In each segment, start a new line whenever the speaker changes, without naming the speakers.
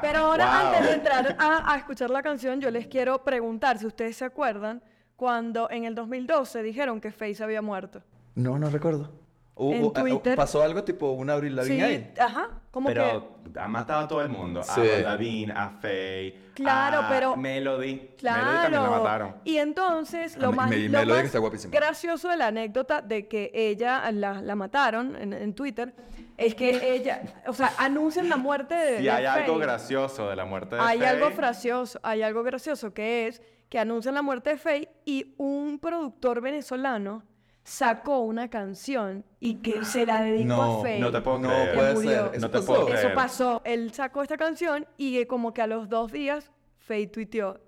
Pero ahora,
Wow.
antes de entrar a, a escuchar la canción, yo les quiero preguntar si ustedes se acuerdan cuando en el 2012 dijeron que Face había muerto.
No, no recuerdo.
En
ah,
Twitter.
pasó algo tipo un abril
Sí,
Lavigne ahí.
ajá, como que...
Pero ha matado a todo el mundo.
Sí.
A David, a Faye.
Claro,
a
pero-
Melody. Melody también la
Claro.
mataron.
Y entonces, lo
Me-
más,
me-
lo
Melody que
más
está guapísima.
gracioso de la anécdota de que ella la, la mataron en, en Twitter es que ella, o sea, anuncian la muerte de.
Si
de
hay algo
Faye.
gracioso de la muerte de
Hay algo
Faye,
gracioso, hay algo gracioso que es que anuncian la muerte de Faye y un productor venezolano sacó una canción y que se la dedicó a Faye.
no te puedo
no
creer.
puede
Que murió.
ser.
No
¿Eso
te
pasó?
puedo
Eso
creer.
pasó. Él sacó esta canción y eh, como que a los dos días, Faye tuiteó,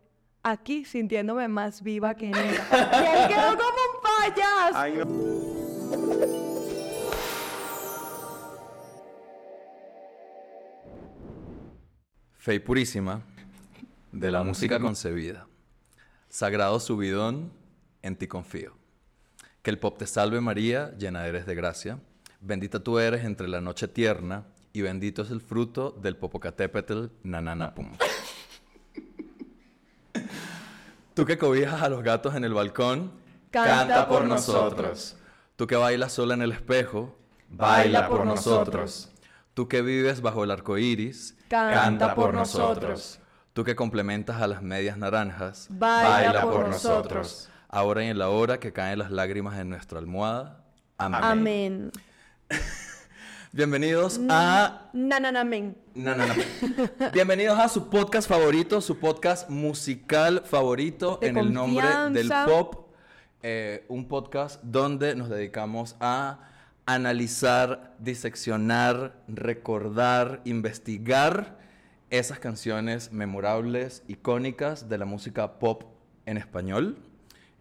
aquí sintiéndome más viva que nunca. y él quedó como un payaso.
Ay, no.
Fe purísima de la música concebida. Sagrado subidón, en ti confío. Que el pop te salve María, llena eres de gracia. Bendita tú eres entre la noche tierna y bendito es el fruto del Popocatépetl nananapum. Tú que cobijas a los gatos en el balcón,
Canta por
nosotros.
Tú que bailas sola en el espejo,
Baila por nosotros.
Tú que vives bajo el arco iris,
Canta,
Canta
por
por nosotros.
nosotros.
Tú que complementas a las medias naranjas,
Baila, por, nosotros.
ahora y en la hora que caen las lágrimas en nuestra almohada. Amén.
Amén. Mm.
Bienvenidos
Ah.
a...
Nananamén.
No, no, no. Bienvenidos a su podcast favorito, su podcast musical favorito
De
en el nombre del
confianza.
pop. Eh, un podcast donde nos dedicamos a analizar, diseccionar, recordar, investigar esas canciones memorables, icónicas de la música pop en español.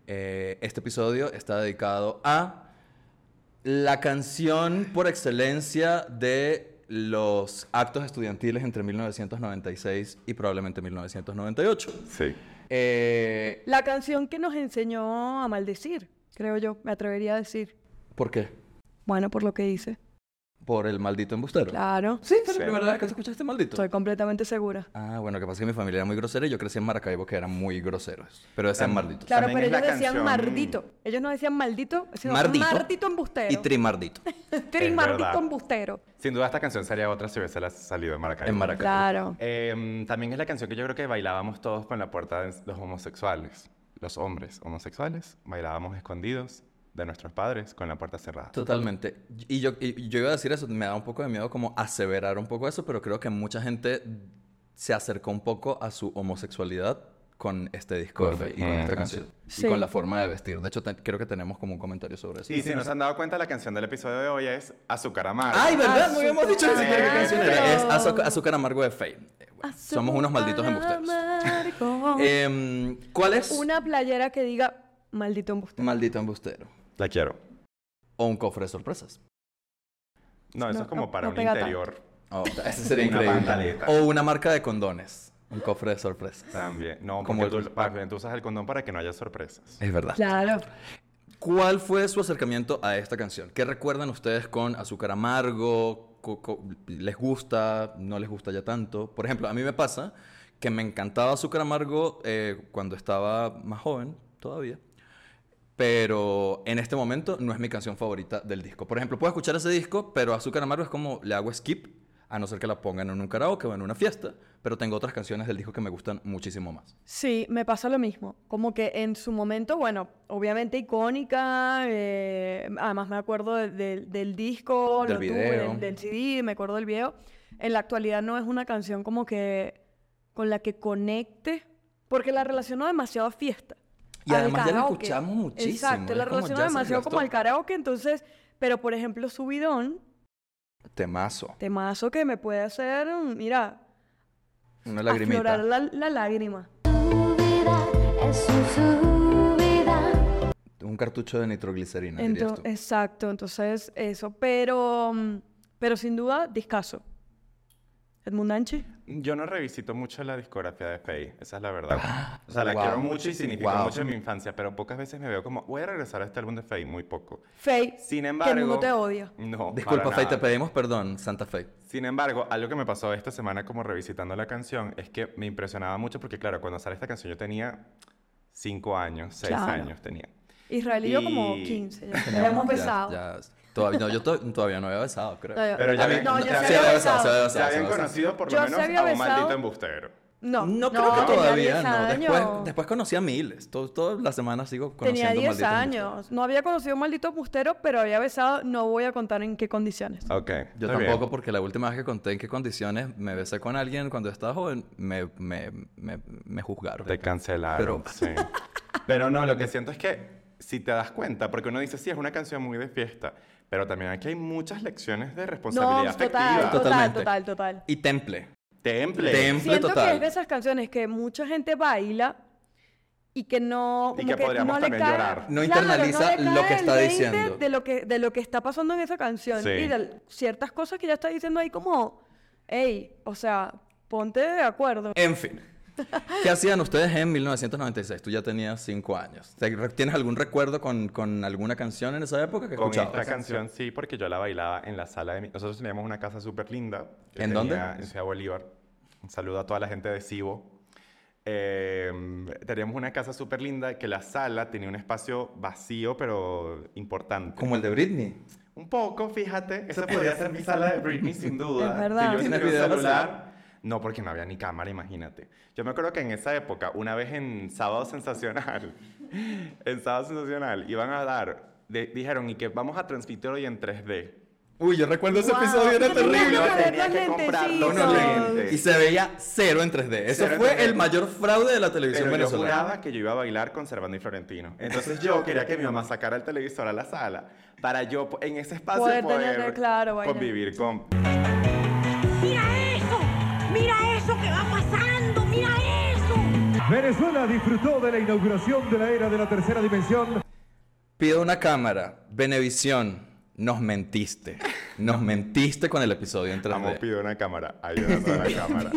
Eh, este episodio está dedicado a la canción por excelencia de los actos estudiantiles entre 1996 y probablemente 1998.
Sí.
Eh,
La canción que nos enseñó a maldecir, creo yo, me atrevería a decir.
¿Por qué?
Bueno, por lo que hice.
Por el maldito embustero.
Claro.
Sí, es
Sí.
la primera vez que se escucha este maldito.
Estoy completamente segura.
Ah, bueno, que pasa es que mi familia era muy grosera y yo crecí en Maracaibo que eran muy groseros. Pero decían
También.
malditos.
Claro,
También
pero
es la
ellos decían
canción-
mardito. Ellos no decían maldito, sino
Mardito.
mardito, embustero.
Y trimardito.
Trimardito
verdad.
embustero.
Sin duda esta canción sería otra si hubiese la- salido en Maracaibo.
En Maracaibo.
Claro.
Em, también es la canción que yo creo que bailábamos todos con la puerta de los homosexuales. Los hombres homosexuales bailábamos escondidos de nuestros padres con la puerta cerrada.
Totalmente. Y yo, y yo iba a decir eso, me da un poco de miedo como aseverar un poco eso, pero creo que mucha gente se acercó un poco a su homosexualidad con este disco
Correcto.
y con
Mm.
esta canción.
Sí.
Y con la forma de vestir. De hecho, te- creo que tenemos como un comentario sobre eso.
Y si no se han dado cuenta, la canción del episodio de hoy es Azúcar Amargo.
¡Ay,
Ah,
verdad! No habíamos dicho ni siquiera qué
Azúcar.
canción era. Es Azu- Azúcar Amargo de Fame. Eh, bueno, Somos unos malditos embusteros.
Amargo.
Em, ¿Cuál es
Oh. Una playera que diga maldito embustero.
maldito embustero?
La quiero.
O un cofre de sorpresas.
No, eso
No,
es como
no-
para
no
un
pega
interior
Oh, ese sería
Una
increíble.
pantaleta.
O una marca de condones. Un cofre de sorpresas.
también. No,
Como
como tú,
el-
más bien, tú usas el condón para que no haya sorpresas.
Es verdad.
Claro.
¿Cuál fue su acercamiento a esta canción? ¿Qué recuerdan ustedes con Azúcar Amargo? Co- co- ¿Les gusta? ¿No les gusta ya tanto? Por ejemplo, a mí me pasa que me encantaba Azúcar Amargo eh, cuando estaba más joven todavía. Pero en este momento no es mi canción favorita del disco. Por ejemplo, puedo escuchar ese disco, pero Azúcar Amargo es como le hago skip, a no ser que la pongan en un karaoke o en una fiesta. Pero tengo otras canciones del disco que me gustan muchísimo más.
Sí, me pasa lo mismo. Como que en su momento, bueno, obviamente icónica, eh, además me acuerdo de- de- del disco,
Del
lo tuve,
video.
del, del CD, me acuerdo del video. En la actualidad no es una canción como que con la que conecte, porque la relaciono demasiado a fiesta.
Y
al
además ya la
karaoke.
escuchamos muchísimo,
Exacto,
es
la
como
relaciono
ya se
demasiado como al
desgastó.
karaoke, entonces, pero por ejemplo, Subidón,
Temazo.
temazo que me puede hacer, mm, mira,
Una lagrimita.
aflorar la, la lágrima.
Subida, es un subida.
Un cartucho de nitroglicerina, dirías
Ento-
tú.
exacto, entonces eso, pero, mm, pero sin duda, discaso. Edmund Anchi.
Yo no revisito mucho la discografía de Faye, esa es la verdad. O sea, la
Wow.
quiero mucho y significó
Wow.
mucho en mi infancia, pero pocas veces me veo como, voy a regresar a este álbum de Faye, muy poco.
Faye.
Sin
Que el
embargo...
mundo te odia.
No,
Disculpa,
para
Faye, te
nada.
pedimos perdón, Santa Fe.
Sin embargo, algo que me pasó esta semana como revisitando la canción es que me impresionaba mucho porque, claro, cuando sale esta canción yo tenía 5 años, 6
Claro.
años tenía.
Israel y yo como
Y-
15. Ya, ya hemos besado.
todavía, no, yo to- todavía no había besado, creo.
No, yo-
Pero ya
A
vi-
ver,
no, ya se
sí,
había
había
besado.
besado, se había
O sea,
besado, se
habían
había besado.
conocido por
Yo
lo menos
se había
a un maldito
besado.
embustero.
No,
No creo que
tenía
todavía,
10
no.
años.
Después, después conocí a miles. To- Todas las semanas sigo
Tenía
conociendo
10
malditos
años. No había conocido un maldito bustero, pero había besado. No voy a contar en qué condiciones.
Ok.
Yo
está bien.
tampoco, porque la última vez que conté en qué condiciones me besé con alguien cuando estaba joven, me, me, me, me juzgaron.
Te cancelaron.
Pero-
sí. Pero no, lo que siento es que si te das cuenta, porque uno dice, sí, es una canción muy de fiesta, pero también aquí hay muchas lecciones de responsabilidad
No, total,
afectiva.
total,
Totalmente.
total, total.
Y temple.
Temple.
Temple.
Siento que
total.
es de esas canciones que mucha gente baila y que no
Y
como
que podríamos
le
también
cae-
llorar.
No
Claro,
internaliza
le cae
lo que
el
está
20
diciendo.
de lo que de lo que está pasando en esa canción
Sí.
y de ciertas cosas que ya está diciendo ahí como hey o sea ponte de acuerdo
En fin. ¿Qué hacían ustedes en 1996? Tú ya tenías 5 años. ¿Te- re- ¿Tienes algún recuerdo con, con alguna canción en esa época que
Con
escuchabas?
esta canción sí, porque yo la bailaba en la sala de mi... Nosotros teníamos una casa súper linda. que
¿En
tenía
dónde?
En Ciudad Bolívar. Un saludo a toda la gente de Cibo. Eh, teníamos una casa súper linda que la sala tenía un espacio vacío, pero importante.
Como el de Britney.
Un poco, fíjate. Esa podría ser mi sala de Britney, sin duda.
Es verdad.
Si yo tuviera
¿Tienes
un
video de la
celular- No, porque no había ni cámara, imagínate. Yo me acuerdo que en esa época, una vez en Sábado Sensacional, en Sábado Sensacional, iban a dar, de- dijeron, y que vamos a transmitir hoy en 3D.
Uy, yo recuerdo ese
Wow.
episodio, era
Yo tenía
terrible.
que ver
Tenía
los
que comprar
lentecitos.
unos lentes.
Y se veía cero en 3D. Eso
Cero en
fue
3D.
el mayor fraude de la televisión
Pero yo
venezolana.
juraba que yo iba a bailar conservando y Florentino. Entonces yo quería que mi mamá sacara el televisor a la sala para yo po- en ese espacio poder,
Poder tener, claro, bailar.
convivir con...
Mira eso, mira eso que va pasando, mira eso.
Venezuela disfrutó de la inauguración de la era de la tercera dimensión
Pido una cámara. Benevisión. Nos mentiste. Nos mentiste con el episodio en 3D.
Vamos, pido una cámara. Ayúdame a la cámara.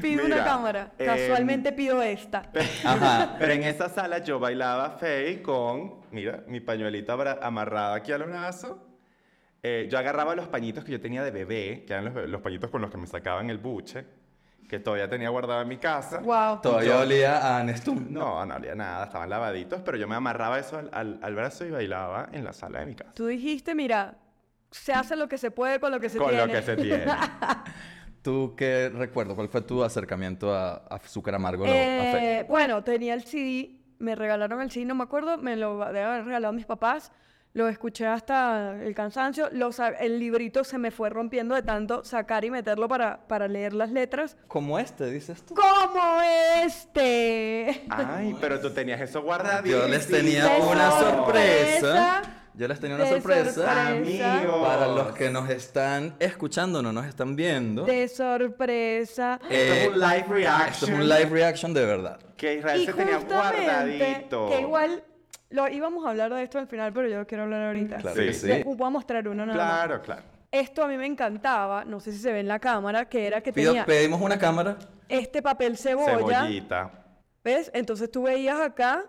pido
Mira,
una cámara
em,
casualmente pido esta
Ajá.
Pero en esa sala yo bailaba fey con, mira, mi pañuelita abra- amarrada aquí al brazo. Eh, yo agarraba los pañitos que yo tenía de bebé, que eran los, be- los pañitos con los que me sacaban el buche, que todavía tenía guardado en mi casa.
wow
Todavía olía a Nestum.
No, no había nada, estaban lavaditos, pero yo me amarraba eso al, al- al brazo y bailaba en la sala de mi casa.
tú dijiste mira se hace lo que se puede con lo que se
con
tiene
lo que se tiene.
¿Tú qué recuerdo? ¿Cuál fue tu acercamiento a a azúcar amargo? no, a Fe?
Eh, bueno, tenía el CD, me regalaron el CD, no me acuerdo, me lo deben haber regalado mis papás, lo escuché hasta el cansancio, lo sa- el librito se me fue rompiendo de tanto sacar y meterlo para, para leer las letras.
Como este, dices tú.
¡Como este!
Ay, pero tú tenías eso guardadito.
Yo les tenía
De
una sorpresa.
sorpresa.
Yo les tenía una
De
sorpresa.
sorpresa.
Amigo.
Para los que nos están escuchando, no nos están viendo.
De sorpresa.
Esto
eh,
es un live reaction.
Esto es un live reaction de verdad.
Que Israel
y
se tenía
justamente,
guardadito.
que igual lo íbamos a hablar de esto al final, pero yo quiero hablar ahorita.
Claro
Sí.
que
Le-
sí.
Voy a mostrar uno nada más.
Claro, claro.
Esto a mí me encantaba, no sé si se ve en la cámara, que era que
Pido-
tenía
pedimos una cámara.
este papel cebolla.
Cebollita.
¿Ves? Entonces tú veías acá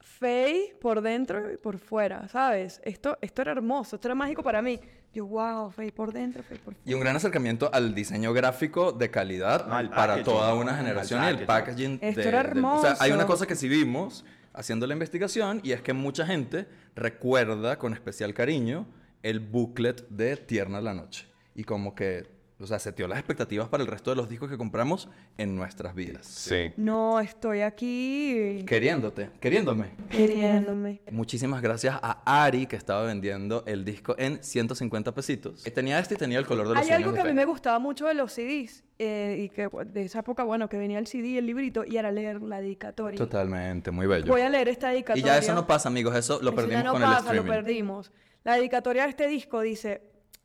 Faye por dentro y por fuera, ¿sabes? Esto, esto era hermoso, esto era mágico para mí. Yo, wow, Faye por dentro, Faye por fuera.
Y un gran acercamiento al diseño gráfico de calidad
Al
para
packaging.
toda una generación y
Al
el
packaging.
packaging.
Esto
de-
era
de- o sea, hay una
hermoso.
cosa que sí vimos haciendo la investigación y es que mucha gente recuerda con especial cariño el booklet de Tierna la Noche. Y como que, o sea, seteó las expectativas para el resto de los discos que compramos en nuestras vidas.
Sí.
No, estoy aquí
Queriéndote, queriéndome.
queriéndome.
Muchísimas gracias a Ari que estaba vendiendo el disco en 150 pesitos. Tenía este y tenía el color de los
Hay
sueños
algo
de
que a mí
Fe.
me gustaba mucho de los CDs eh, y que pues, de esa época, bueno, que venía el CD y el librito y era leer la dedicatoria.
Totalmente, muy bello.
Voy a leer esta
Y
dedicatoria.
ya eso no pasa, amigos. Eso
Eso
lo
ya
perdimos
no
con
pasa,
el streaming.
Lo perdimos. La dedicatoria de este disco dice,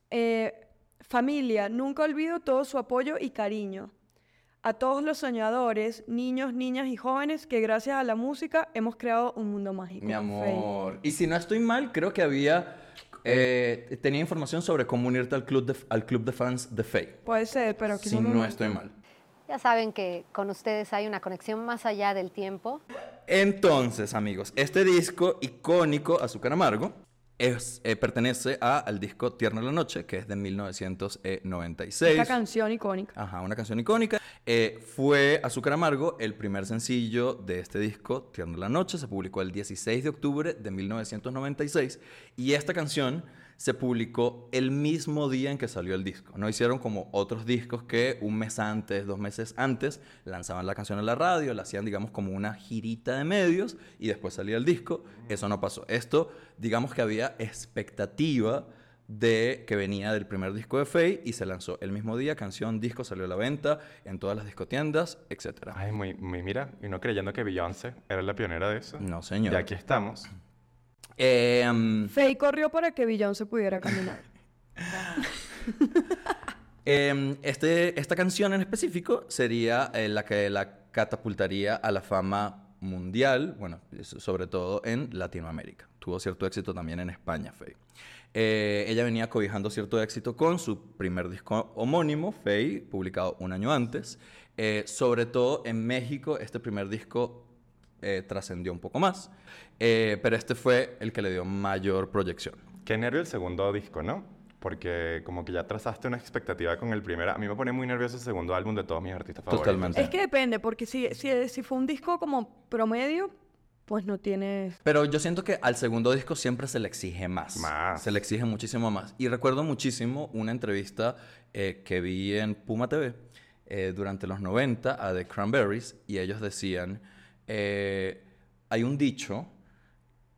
eh, familia, nunca olvido todo su apoyo y cariño. A todos los soñadores, niños, niñas y jóvenes que gracias a la música hemos creado un mundo mágico.
Mi
Faye.
amor. Y si no estoy mal, creo que había Eh, tenía información sobre cómo unirte al club de, al club de fans de Faye.
Puede ser, pero quizás
Si no estoy mal.
Ya saben que con ustedes hay una conexión más allá del tiempo.
Entonces, amigos, este disco icónico, Azúcar Amargo, es, eh, pertenece a- al disco Tierno en la Noche, que es de 1996.
Esta canción icónica.
Ajá, una canción icónica. Eh, fue Azúcar Amargo, el primer sencillo de este disco, Tierno en la Noche. Se publicó el 16 de octubre de 1996. Y esta canción se publicó el mismo día en que salió el disco. No hicieron como otros discos que un mes antes, dos meses antes, lanzaban la canción en la radio, la hacían, digamos, como una girita de medios y después salía el disco. Eso no pasó. Esto, digamos que había expectativa de que venía del primer disco de Faye y se lanzó el mismo día, canción, disco salió a la venta en todas las discotiendas, etc.
Ay, muy, muy- mira, y no creyendo que Beyoncé era la pionera de eso.
No, señor.
Y aquí estamos.
Eh, mm,
Faye corrió para que Beyoncé pudiera caminar.
eh, este, esta canción en específico sería eh, la que la catapultaría a la fama mundial, bueno, es- sobre todo en Latinoamérica. Tuvo cierto éxito también en España, Faye. Eh, ella venía cobijando cierto éxito con su primer disco homónimo, Faye, publicado un año antes. Eh, sobre todo en México, este primer disco eh, trascendió un poco más, Eh, pero este fue el que le dio mayor proyección.
Qué nervio el segundo disco, ¿no? Porque como que ya trazaste una expectativa con el primero. A mí me pone muy nervioso el segundo álbum de todos mis artistas favoritos.
Totalmente.
Es que depende, porque si, si, si fue un disco como promedio, pues no tienes...
Pero yo siento que al segundo disco siempre se le exige más.
Más.
Se le exige muchísimo más. Y recuerdo muchísimo una entrevista eh, que vi en Puma TV eh, durante los 90 a The Cranberries y ellos decían, eh, hay un dicho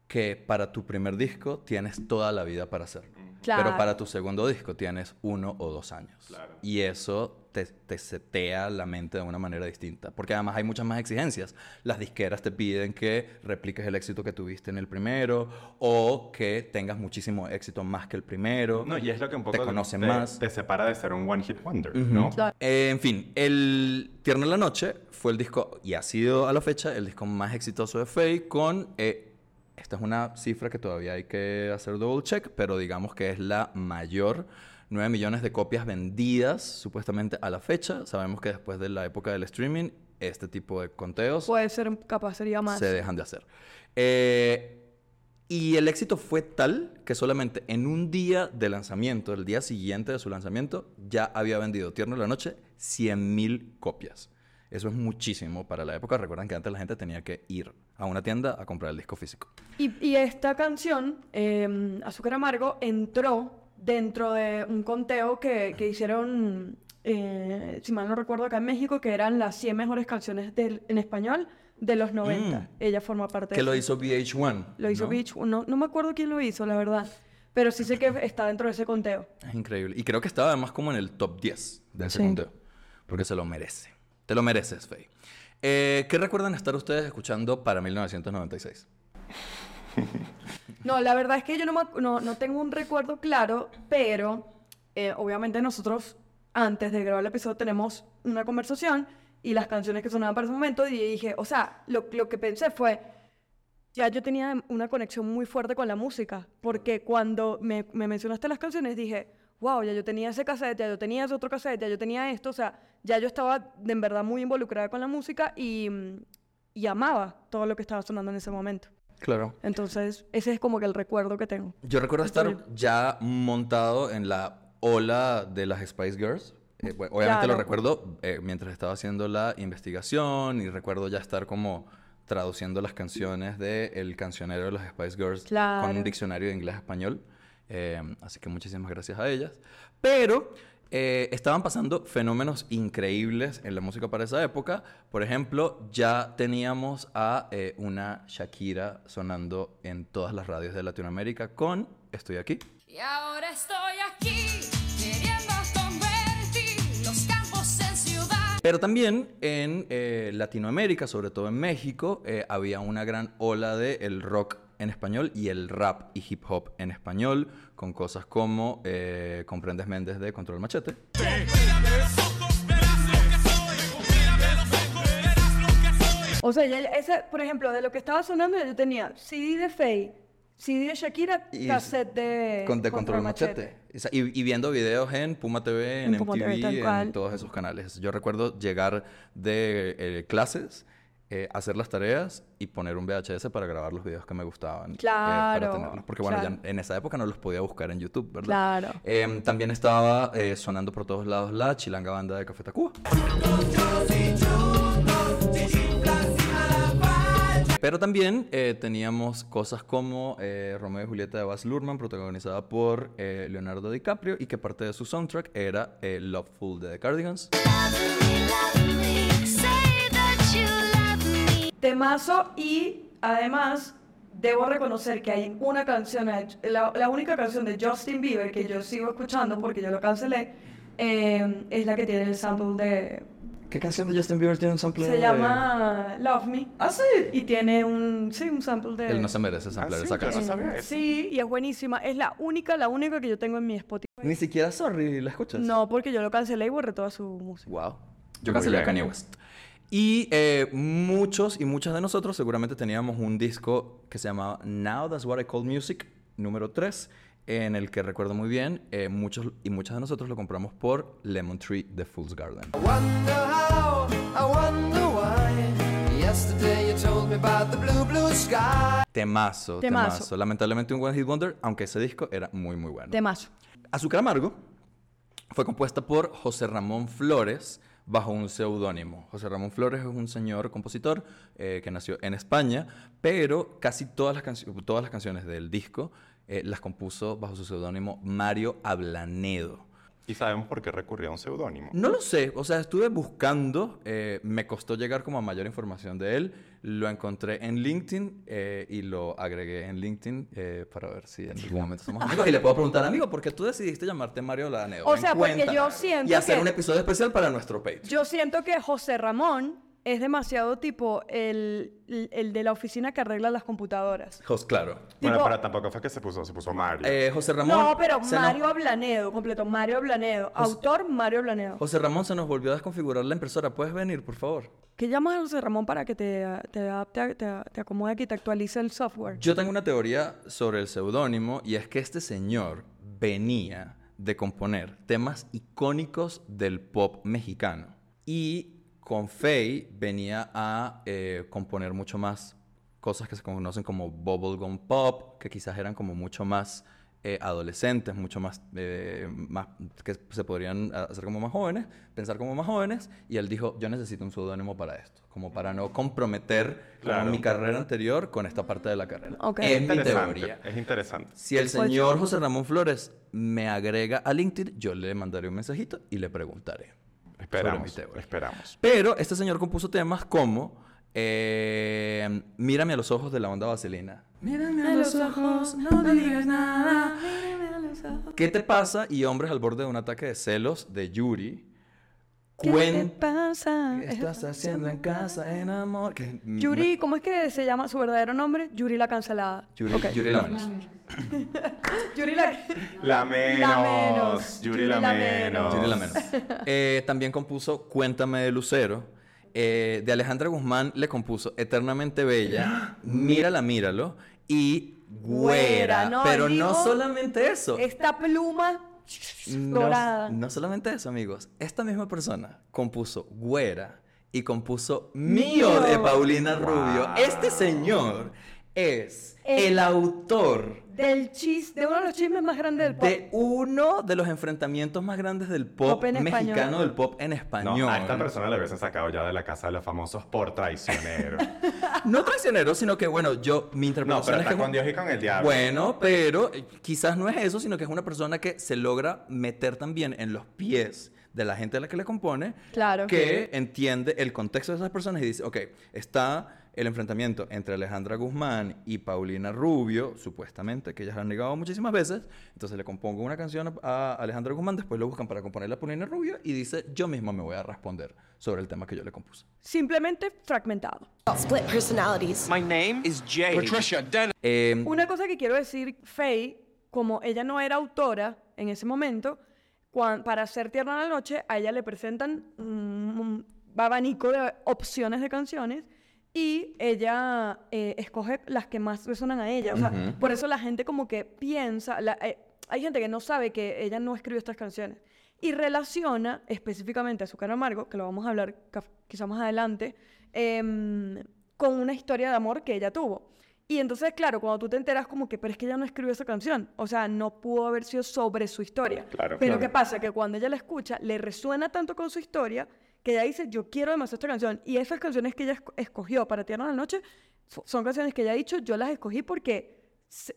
que para tu primer disco tienes toda la vida para hacerlo. Pero
Claro.
para tu segundo disco tienes uno o dos años. Y eso te, te setea la mente de una manera distinta. Porque además hay muchas más exigencias. Las disqueras te piden que repliques el éxito que tuviste en el primero o que tengas muchísimo éxito más que el primero.
No, y es lo que un poco
te conocen
te-
más.
te separa de ser un one hit wonder, ¿no?
Claro.
Eh, en fin, el Tierno en la Noche fue el disco, y ha sido a la fecha, el disco más exitoso de Faye con... eh, esta es una cifra que todavía hay que hacer double check, pero digamos que es la mayor. 9 millones de copias vendidas supuestamente a la fecha. Sabemos que después de la época del streaming, este tipo de conteos
Puede ser, capaz sería más.
se dejan de hacer. Eh, y el éxito fue tal que solamente en un día de lanzamiento, el día siguiente de su lanzamiento, ya había vendido Tierno en la Noche 100.000 copias. Eso es muchísimo para la época. Recuerdan que antes la gente tenía que ir a una tienda a comprar el disco físico.
Y, y esta canción, eh, Azúcar Amargo, entró dentro de un conteo que, que hicieron, eh, si mal no recuerdo, acá en México, que eran las 100 mejores canciones del- en español de los 90.
Mm.
Ella forma parte
Que
de
lo
eso.
hizo VH1.
Lo hizo
¿no?
Beach. No, no me acuerdo quién lo hizo, la verdad. Pero sí sé que está dentro de ese conteo.
Es increíble. Y creo que estaba además como en el top 10 de ese
Sí.
conteo. Porque se lo merece. Te lo mereces, Faye. Eh, ¿Qué recuerdan estar ustedes escuchando para 1996?
No, la verdad es que yo no, me acu- no, no tengo un recuerdo claro, pero eh, obviamente nosotros antes de grabar el episodio tenemos una conversación y las canciones que sonaban para ese momento y dije, o sea, lo, lo que pensé fue, ya yo tenía una conexión muy fuerte con la música, porque cuando me, me mencionaste las canciones dije, wow, ya yo tenía ese cassette, ya yo tenía ese otro cassette, ya yo tenía esto, o sea, ya yo estaba de en verdad muy involucrada con la música y, mm, y amaba todo lo que estaba sonando en ese momento.
Claro.
Entonces, ese es como que el recuerdo que tengo.
Yo recuerdo estar ya montado en la ola de las Spice Girls. Eh, bueno, obviamente lo
Claro.
recuerdo eh, mientras estaba haciendo la investigación y recuerdo ya estar como traduciendo las canciones de El cancionero de las Spice Girls pues, con un
Claro.
diccionario de inglés a español. Eh, así que muchísimas gracias a ellas. Pero eh, estaban pasando fenómenos increíbles en la música para esa época. Por ejemplo, ya teníamos a eh, una Shakira sonando en todas las radios de Latinoamérica con Estoy aquí.
Y ahora estoy aquí queriendo convertir los campos en ciudad.
Pero también en eh, Latinoamérica, sobre todo en México, eh, había una gran ola de el rock en español y el rap y hip hop en español, con cosas como eh, Comprendes Méndez de Control Machete.
O sea, ya- ese, por ejemplo, de lo que estaba sonando, ya yo tenía CD de Faye, CD de Shakira,
Y
cassette de,
con, de Control Machete. O sea, Y, y viendo videos en Puma TV, en,
En Puma TV,
MTV,
tal
en
cual.
todos esos canales. Yo recuerdo llegar de eh, clases, eh, hacer las tareas y poner un VHS para grabar los videos que me gustaban. eh,
Claro,
para tenerlos. Porque bueno,
claro.
ya en esa época no los podía buscar en YouTube, ¿verdad?
Claro.
Em, también estaba eh, sonando por todos lados la chilanga banda de Café Tacuba. Pero también eh, teníamos cosas como eh, Romeo y Julieta de Baz Luhrmann, protagonizada por eh, Leonardo DiCaprio, y que parte de su soundtrack era eh, Loveful de The Cardigans.
Temazo y además debo reconocer que hay una canción, eh, la, la única canción de Justin Bieber que yo sigo escuchando porque yo lo cancelé, eh, es la que tiene el sample de...
¿Qué canción de Justin Bieber tiene un sample?
Se llama Love Me.
¿Ah, sí?
Y tiene un, sí, un sample de...
Él no se merece samplear
sí,
esa
claro.
canción.
no sabía eso.
Sí, y es buenísima. Es la única, la única que yo tengo en mi Spotify.
Ni siquiera Sorry, ¿la escuchas?
No, porque yo lo cancelé y borré toda su música.
Wow. Yo
Muy
cancelé a
bien.
Kanye West. Y eh, muchos y muchas de nosotros seguramente teníamos un disco que se llamaba Now That's What I Call Music, número 3, en el que recuerdo muy bien, eh, muchos y muchas de nosotros lo compramos por Lemon Tree The Fool's Garden. Temazo, temazo,
Temazo.
Lamentablemente un One Hit Wonder, aunque ese disco era muy, muy bueno.
Temazo.
Azúcar Amargo fue compuesta por José Ramón Flores bajo un seudónimo. José Ramón Flores es un señor compositor eh, que nació en España, pero casi todas las, cancio- todas las canciones del disco eh, las compuso bajo su seudónimo Mario Ablanedo.
Y sabemos por qué recurrió a un seudónimo.
No lo sé, o sea, estuve buscando, eh, me costó llegar como a mayor información de él, lo encontré en LinkedIn eh, y lo agregué en LinkedIn eh, para ver si en algún momento somos amigos y le puedo preguntar, amigo, ¿por qué tú decidiste llamarte Mario Laneo?
O sea, porque yo siento
Y hacer
que-
un episodio especial para nuestro Patreon.
Yo siento que José Ramón es demasiado tipo el, el de la oficina que arregla las computadoras.
Jos- claro.
Bueno,
Tipo-
pero tampoco fue que se puso, se puso Mario.
Eh, José Ramón...
no, pero
se nos-
Mario Ablanedo, completo. Mario Ablanedo. Autor Mario Ablanedo.
José Ramón se nos volvió a desconfigurar la impresora, ¿puedes venir, por favor?
¿Qué llamas a José Ramón para que te, te adapte, a- te, te acomode aquí, te actualice el software?
Yo tengo una teoría sobre el seudónimo y es que este señor venía de componer temas icónicos del pop mexicano y con Faye venía a eh, componer mucho más cosas que se conocen como bubblegum pop, que quizás eran como mucho más eh, adolescentes, mucho más, eh, más que se podrían hacer como más jóvenes, pensar como más jóvenes, y él dijo, yo necesito un seudónimo para esto, como para no comprometer como
Claro.
mi carrera anterior con esta parte de la carrera.
Ok.
Es mi
interesante,
teoría.
Es interesante.
Si el
Pues-
señor José Ramón Flores me agrega a LinkedIn, yo le mandaré un mensajito y le preguntaré.
Esperamos.
teoría.
Esperamos.
Pero este señor compuso temas como eh, Mírame a los ojos de la onda vaselina. Mírame a los ojos, no digas nada. ¿Qué te pasa? Y hombres al borde de un ataque de celos de Yuri.
¿Qué te
Cuen-
pasa?
¿Qué estás haciendo en casa, en amor? Que-
Yuri, ¿cómo es que se llama su verdadero nombre? Yuri la cancelada.
Yuri,
Ok.
Yuri Lamas.
Yuri la...
La
menos,
menos. Yuri la
Yuri la
menos.
Tiene la menos. Eh, también compuso Cuéntame de Lucero. Eh, de Alejandra Guzmán le compuso Eternamente Bella, Mírala, Míralo y Güera.
Güera, no,
Pero no
digo-
solamente eso.
Esta pluma
No,
dorada.
no solamente eso, amigos. Esta misma persona compuso Güera y compuso Mío de
Mío.
Paulina Rubio. Este señor es
Eh,
el autor
del chis, de uno de los chismes más grandes del pop.
de uno de los enfrentamientos más grandes del pop,
Pop en español.
mexicano, del pop en español.
No, ah, a esta persona le hubiesen sacado ya de la casa de los famosos por traicionero.
No traicionero, sino que, bueno, yo,
no,
mi
pero
interpretación es
está
que...
con Dios y con el diablo.
Bueno, pero eh, quizás no es eso, sino que es una persona que se logra meter también en los pies de la gente a la que le compone,
Claro.
que entiende el contexto de esas personas y dice, ok, está el enfrentamiento entre Alejandra Guzmán y Paulina Rubio, supuestamente, que ellas han negado muchísimas veces, entonces le compongo una canción a Alejandra Guzmán, después lo buscan para componerla a Paulina Rubio y dice, yo misma me voy a responder sobre el tema que yo le compuse.
Simplemente fragmentado.
Em,
Una cosa que quiero decir, Faye, como ella no era autora en ese momento, cuan- para hacer Tierra en la Noche, a ella le presentan un, un abanico de opciones de canciones y ella eh, escoge las que más resuenan a ella. O sea,
Ujú.
por eso la gente como que piensa, la- eh, hay gente que no sabe que ella no escribió estas canciones y relaciona específicamente a Azúcar Amargo, que lo vamos a hablar ca- quizá más adelante, em, con una historia de amor que ella tuvo. Y entonces, claro, cuando tú te enteras como que, pero es que ella no escribió esa canción, o sea, no pudo haber sido sobre su historia.
Claro,
pero
claro.
¿qué pasa? Que cuando ella la escucha, le resuena tanto con su historia que ella dice, yo quiero demasiado esta canción. Y esas canciones que ella esco- escogió para Tierna de la Noche fu- son canciones que ella ha dicho, yo las escogí porque se-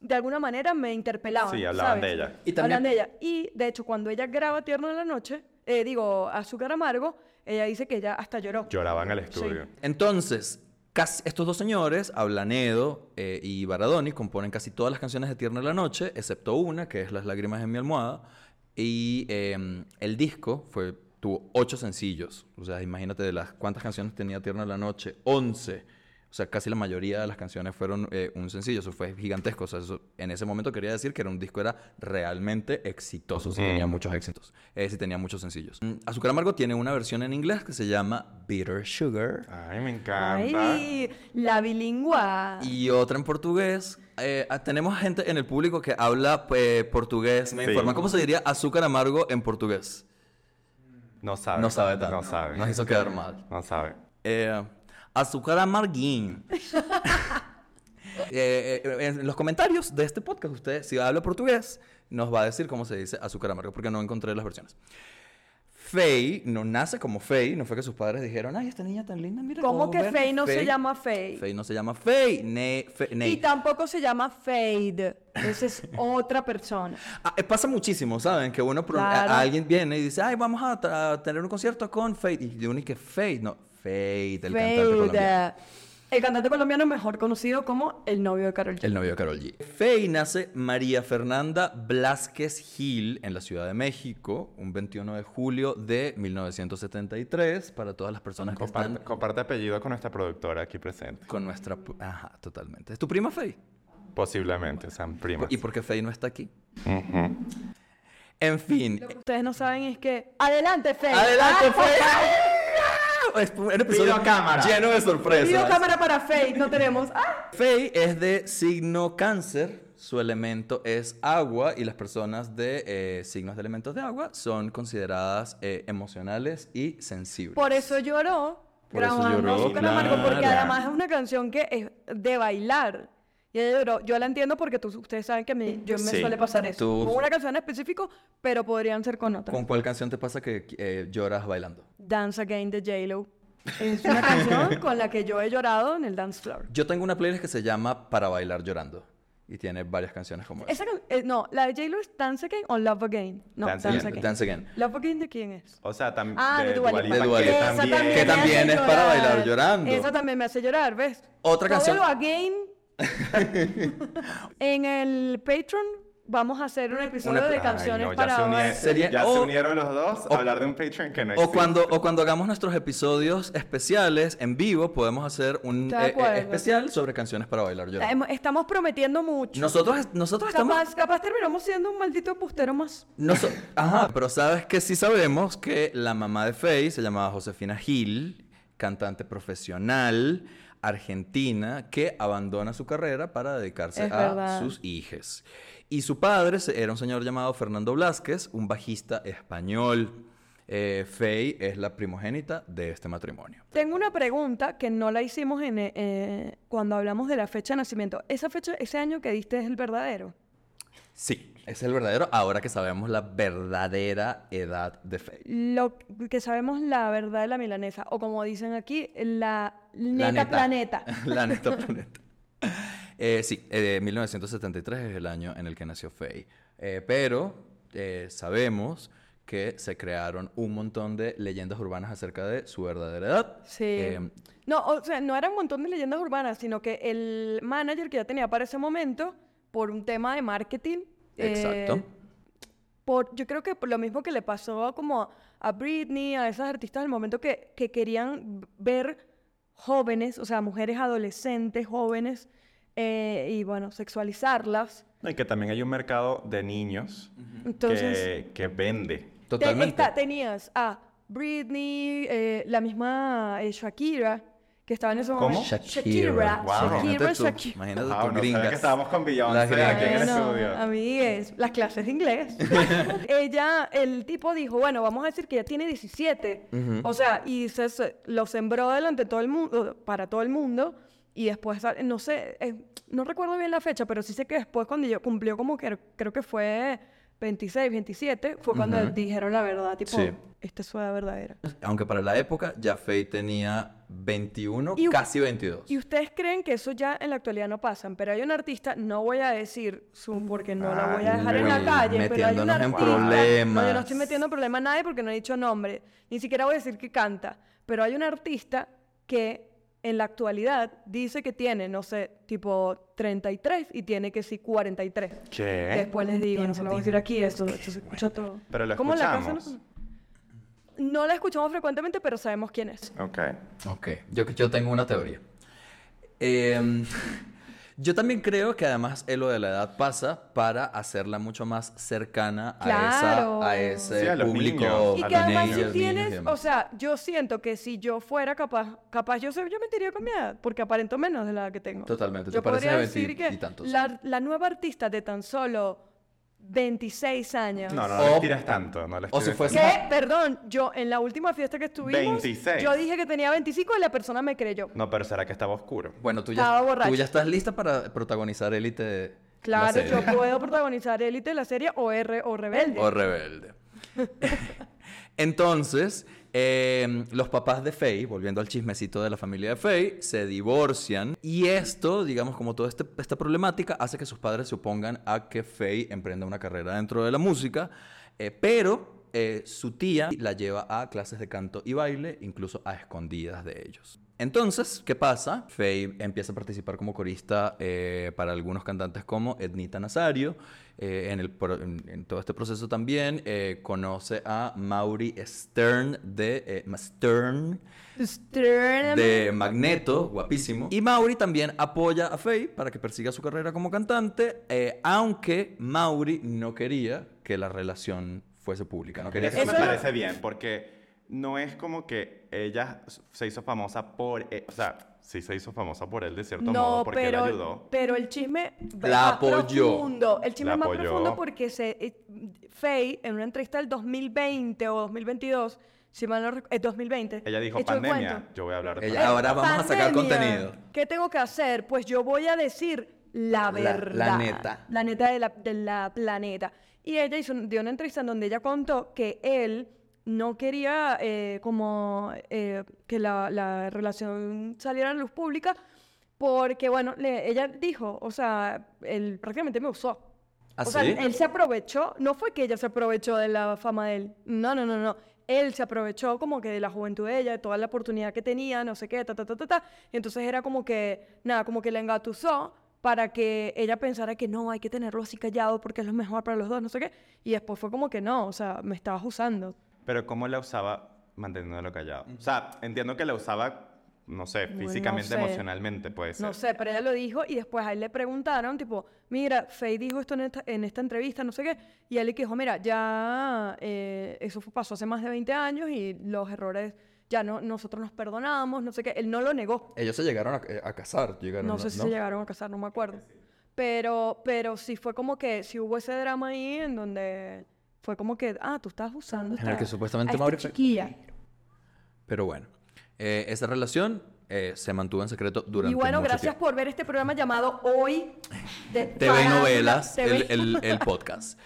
de alguna manera me interpelaban.
Sí, hablaban
¿sabes?
de ella.
Y también-
Hablan de ella. Y de hecho, cuando ella graba Tierno de la Noche, eh, digo, Azúcar Amargo, ella dice que ella hasta lloró.
Lloraban al
Sí.
estudio.
Entonces, casi- estos dos señores, Ablanedo eh, y Baradoni, componen casi todas las canciones de Tierna de la Noche, excepto una, que es Las lágrimas en mi almohada. Y eh, el disco fue, tuvo ocho sencillos. O sea, imagínate de las cuántas canciones tenía Tierna de la Noche. Once. O sea, casi la mayoría de las canciones fueron eh, un sencillo. Eso fue gigantesco. O sea, eso- en ese momento quería decir que era un disco era realmente exitoso. Si
Mm.
tenía muchos éxitos. Eh, si tenía muchos sencillos. Mm, Azúcar Amargo tiene una versión en inglés que se llama Bitter Sugar.
Ay, me encanta.
Ay, la bilingüe.
Y otra en portugués. Eh, ah, tenemos gente en el público que habla eh, portugués. Me
Sí.
informa cómo se diría azúcar amargo en portugués.
No sabe.
No sabe tanto.
No sabe.
Nos hizo quedar mal.
No sabe.
Eh, azúcar amarguín. Eh, eh, en los comentarios de este podcast, usted, si habla portugués, nos va a decir cómo se dice azúcar amargo, porque no encontré las versiones. Faye no nace como Faye, no fue que sus padres dijeron, ay, esta niña tan linda, mira.
¿Cómo
vamos a
que
ver".
Faye no se llama Faye?
Faye no se llama Faye. Ne, Fe- Ney.
Y tampoco se llama Fade. Esa es otra persona.
Ah, eh, pasa muchísimo, ¿saben? Que uno pro- a-
Claro.
a alguien viene y dice, ay, vamos a, tra- a tener un concierto con Fate. Y uno y que Fate, no, Fate, el cantante colombiano.
Fade. El cantante colombiano mejor conocido como el novio de Karol G.
El novio de Carol G. Fey nace María Fernanda Blasquez Gil en la Ciudad de México, un 21 de julio de 1973, para todas las personas que
Comparte,
están
comparte apellido con nuestra productora aquí presente.
con nuestra... pu- Ajá, totalmente. ¿Es tu prima Fey?
Posiblemente, sean primas.
¿Y por qué Fey no está aquí?
Ujú.
En fin.
Lo que ustedes no saben es que... ¡Adelante, Fade!
¡Adelante,
¡Ah,
Fey! Es un episodio
Videocámara.
lleno de sorpresas.
Pido cámara para Fade, no tenemos. ¡Ah!
Fey es de signo cáncer, su elemento es agua y las personas de eh, signos de elementos de agua son consideradas eh, emocionales y sensibles.
Por eso lloró.
Por eso
grabando
lloró,
Azúcar Amargo, porque
claro.
además es una canción que es de bailar. Y ella lloró. Yo la entiendo porque tú- ustedes saben que a mí- yo me
Sí.
suele pasar eso.
Tú-
Con una canción en específico, pero podrían ser con otra.
¿Con cuál canción te pasa que eh, lloras bailando?
Dance Again de J-Lo. Es una canción con la que yo he llorado en el dance floor.
Yo tengo una playlist que se llama Para bailar llorando y tiene varias canciones como
Esa
esa.
can- eh, no, la de J-Lo es Dance Again o Love Again. No, Dance,
Dance Again,
Again.
Dance Again.
Love Again de quién es?
O sea, también.
Ah, de Dua Lipa.
De Dua Lipa.
Esa
también-
también,
que
me hace
también es para bailar llorando.
Esa también me hace llorar, ¿ves?
Otra
Todo
canción-
lo again. en el Patreon vamos a hacer un episodio
Una-
de
Ay,
canciones
no, ya
para
se uni-
bailar.
Sería-
ya se
o-
unieron los dos
o-
a hablar de un Patreon que no existe.
O cuando, o cuando hagamos nuestros episodios especiales en vivo, podemos hacer un
De
eh, eh,
acuerdo.
especial sobre canciones para bailar llorando.
Hemos- Estamos prometiendo mucho.
Nosotros, nosotros estamos...
capaz, capaz terminamos siendo un maldito pustero más.
No so- Ajá, pero sabes que sí sabemos que la mamá de Faye se llamaba Josefina Gil, cantante profesional argentina que abandona su carrera para dedicarse
Es
a
verdad.
sus hijes. Y su padre se- era un señor llamado Fernando Blázquez, un bajista español. Eh, Faye es la primogénita de este matrimonio.
Tengo una pregunta que no la hicimos en, eh, eh, cuando hablamos de la fecha de nacimiento. ¿Esa fecha, ese año que diste es el verdadero?
Sí, es el verdadero ahora que sabemos la verdadera edad de Faye.
Lo que sabemos la verdad de la milanesa, o como dicen aquí, la neta, planeta.
la neta planeta. Eh, sí, eh, 1973 es el año en el que nació Faye. Eh, pero eh, sabemos que se crearon un montón de leyendas urbanas acerca de su verdadera edad.
Sí.
Eh,
no, o sea, no era un montón de leyendas urbanas, sino que el manager que ya tenía para ese momento, por un tema de marketing, eh,
exacto.
por, yo creo que por lo mismo que le pasó como a Britney, a esas artistas del momento que, que querían ver jóvenes, o sea, mujeres adolescentes, jóvenes, eh, y bueno, sexualizarlas.
No, y que también hay un mercado de niños
Entonces,
que, que vende.
te-
Totalmente.
esta- tenías a Britney, eh, la misma eh, Shakira, que estaba en ese
¿Cómo?
momento. Shakira.
Wow.
Shakira,
Imagínate tú,
Shakira.
imagínate tú,
Wow, no sabía
gringas.
Ah, que estábamos con Beyoncé
Las gringas.
aquí en el
Bueno,
estudio.
amigues, las clases de inglés. ella, el tipo dijo, bueno, vamos a decir que ya tiene 17. O sea, y se, se- lo sembró delante de todo el mundo, para todo el mundo. Y después, sal- no sé, eh, no recuerdo bien la fecha, pero sí sé que después cuando yo cumplió como que creo que fue 26, 27, fue cuando dijeron la verdad, tipo,
Sí.
esta es la verdadera.
Aunque para la época ya Faye tenía 21,
Y-
casi 22.
Y ustedes creen que eso ya en la actualidad no pasa, pero hay un artista, no voy a decir su, porque no la voy a
Ay,
dejar en
uy,
la calle, pero hay un
Ah, metiéndonos en
artista. No, yo no estoy
problemas.
metiendo en problemas a nadie porque no he dicho nombre, ni siquiera voy a decir que canta, pero hay un artista que en la actualidad dice que tiene, no sé, tipo 33 y tiene que sí 43.
¿Qué?
Después les digo, no se lo voy a decir aquí, esto, esto se escucha todo.
Pero lo
¿Cómo la
escuchamos.
canción? No la escuchamos frecuentemente, pero sabemos quién es.
Ok.
Ok, yo, yo tengo una teoría. Em, yo también creo que además eh, lo de la edad pasa para hacerla mucho más cercana a,
Claro.
esa, a ese
Sí, a los
público.
niños.
Y
a
que
los
además
niños,
si
niños y
tienes,
demás.
o sea, yo siento que si yo fuera capaz, capaz yo, sé, yo mentiría con mi edad, porque aparento menos de la edad que tengo.
Totalmente, tú
Yo
pareces
podría
de
decir
20 y
que
tantos.
la, la nueva artista de tan solo 26 años.
No, no,
O-
no les tiras tanto. No les
o si
tires
fuese-
Que, perdón, yo en la última fiesta que estuvimos,
26.
yo dije que tenía 25 y la persona me creyó.
tanto. No, pero será que estaba oscuro.
Bueno, tú ya,
Estaba borracha.
tú ya estás lista para protagonizar Élite. la
Claro,
serie.
yo puedo protagonizar Élite, la serie o R o Rebelde.
O rebelde. Entonces, eh, los papás de Faye, volviendo al chismecito de la familia de Faye, se divorcian. Y esto, digamos, como toda este- esta problemática, hace que sus padres se opongan a que Faye emprenda una carrera dentro de la música. eh, pero eh, su tía la lleva a clases de canto y baile, incluso a escondidas de ellos. Entonces, ¿qué pasa? Faye empieza a participar como corista eh, para algunos cantantes como Ednita Nazario. eh, en, el pro- en- en todo este proceso también eh, conoce a Mauri Stern de eh, Ma- Stern
Stern-
de Magneto, guapísimo. Y Mauri también apoya a Faye para que persiga su carrera como cantante, eh, aunque Mauri no quería que la relación fuese pública. No quería que
Eso me
Eso-
parece bien, porque no es como que ella se hizo famosa por... e- O sea, sí se hizo famosa por él de cierto modo, porque él ayudó.
pero el chisme va
La
más
apoyó.
profundo. El chisme
La
es más
apoyó.
profundo porque se, eh, Faye, en una entrevista del 2020 o 2022, si mal no eh, recuerdo, 2020.
Ella dijo,
echó el
pandemia,
cuento.
yo voy a hablar de
Ella-
Eh,
pandemia".
Ahora vamos a sacar
pandemia,
contenido.
¿Qué tengo que hacer? Pues yo voy a decir la
La- la
verdad.
neta.
La neta de la, de la planeta. Y ella hizo, dio una entrevista en donde ella contó que él no quería eh, como eh, que la, la relación saliera a la luz pública porque, bueno, le- ella dijo, o sea, él prácticamente me usó.
¿Ah,
o sea,
sí?
él se aprovechó, no fue que ella se aprovechó de la fama de él, no, no, no, no. Él se aprovechó como que de la juventud de ella, de toda la oportunidad que tenía, no sé qué, ta, ta, ta, ta, ta. Y entonces era como que, nada, como que la engatusó para que ella pensara que no, hay que tenerlo así callado porque es lo mejor para los dos, no sé qué. Y después fue como que no, o sea, me estabas usando.
Pero cómo la usaba manteniéndolo callado. O sea, entiendo que la usaba, no sé,
Bueno, no
físicamente,
sé.
emocionalmente, puede ser.
No sé, pero ella lo dijo y después a él le preguntaron, tipo, mira, Faye dijo esto en esta, en esta entrevista, no sé qué, y él le dijo, mira, ya eh, eso fue- pasó hace más de 20 años y los errores ya no, nosotros nos perdonamos, no sé qué, él no lo negó.
Ellos se llegaron a, eh, a casar. Llegaron,
No sé si se llegaron a casar, no me acuerdo. Pero, pero sí fue como que, sí hubo ese drama ahí en donde fue como que, ah, tú estás usando.
En el
esta-
que supuestamente
a esta
Mauricio-
chiquilla.
Pero bueno, eh, esa relación eh, se mantuvo en secreto durante
Y bueno,
mucho
gracias
tiempo.
por ver este programa llamado Hoy de
TV
Farándula
Novelas,
TV.
el, el- el podcast.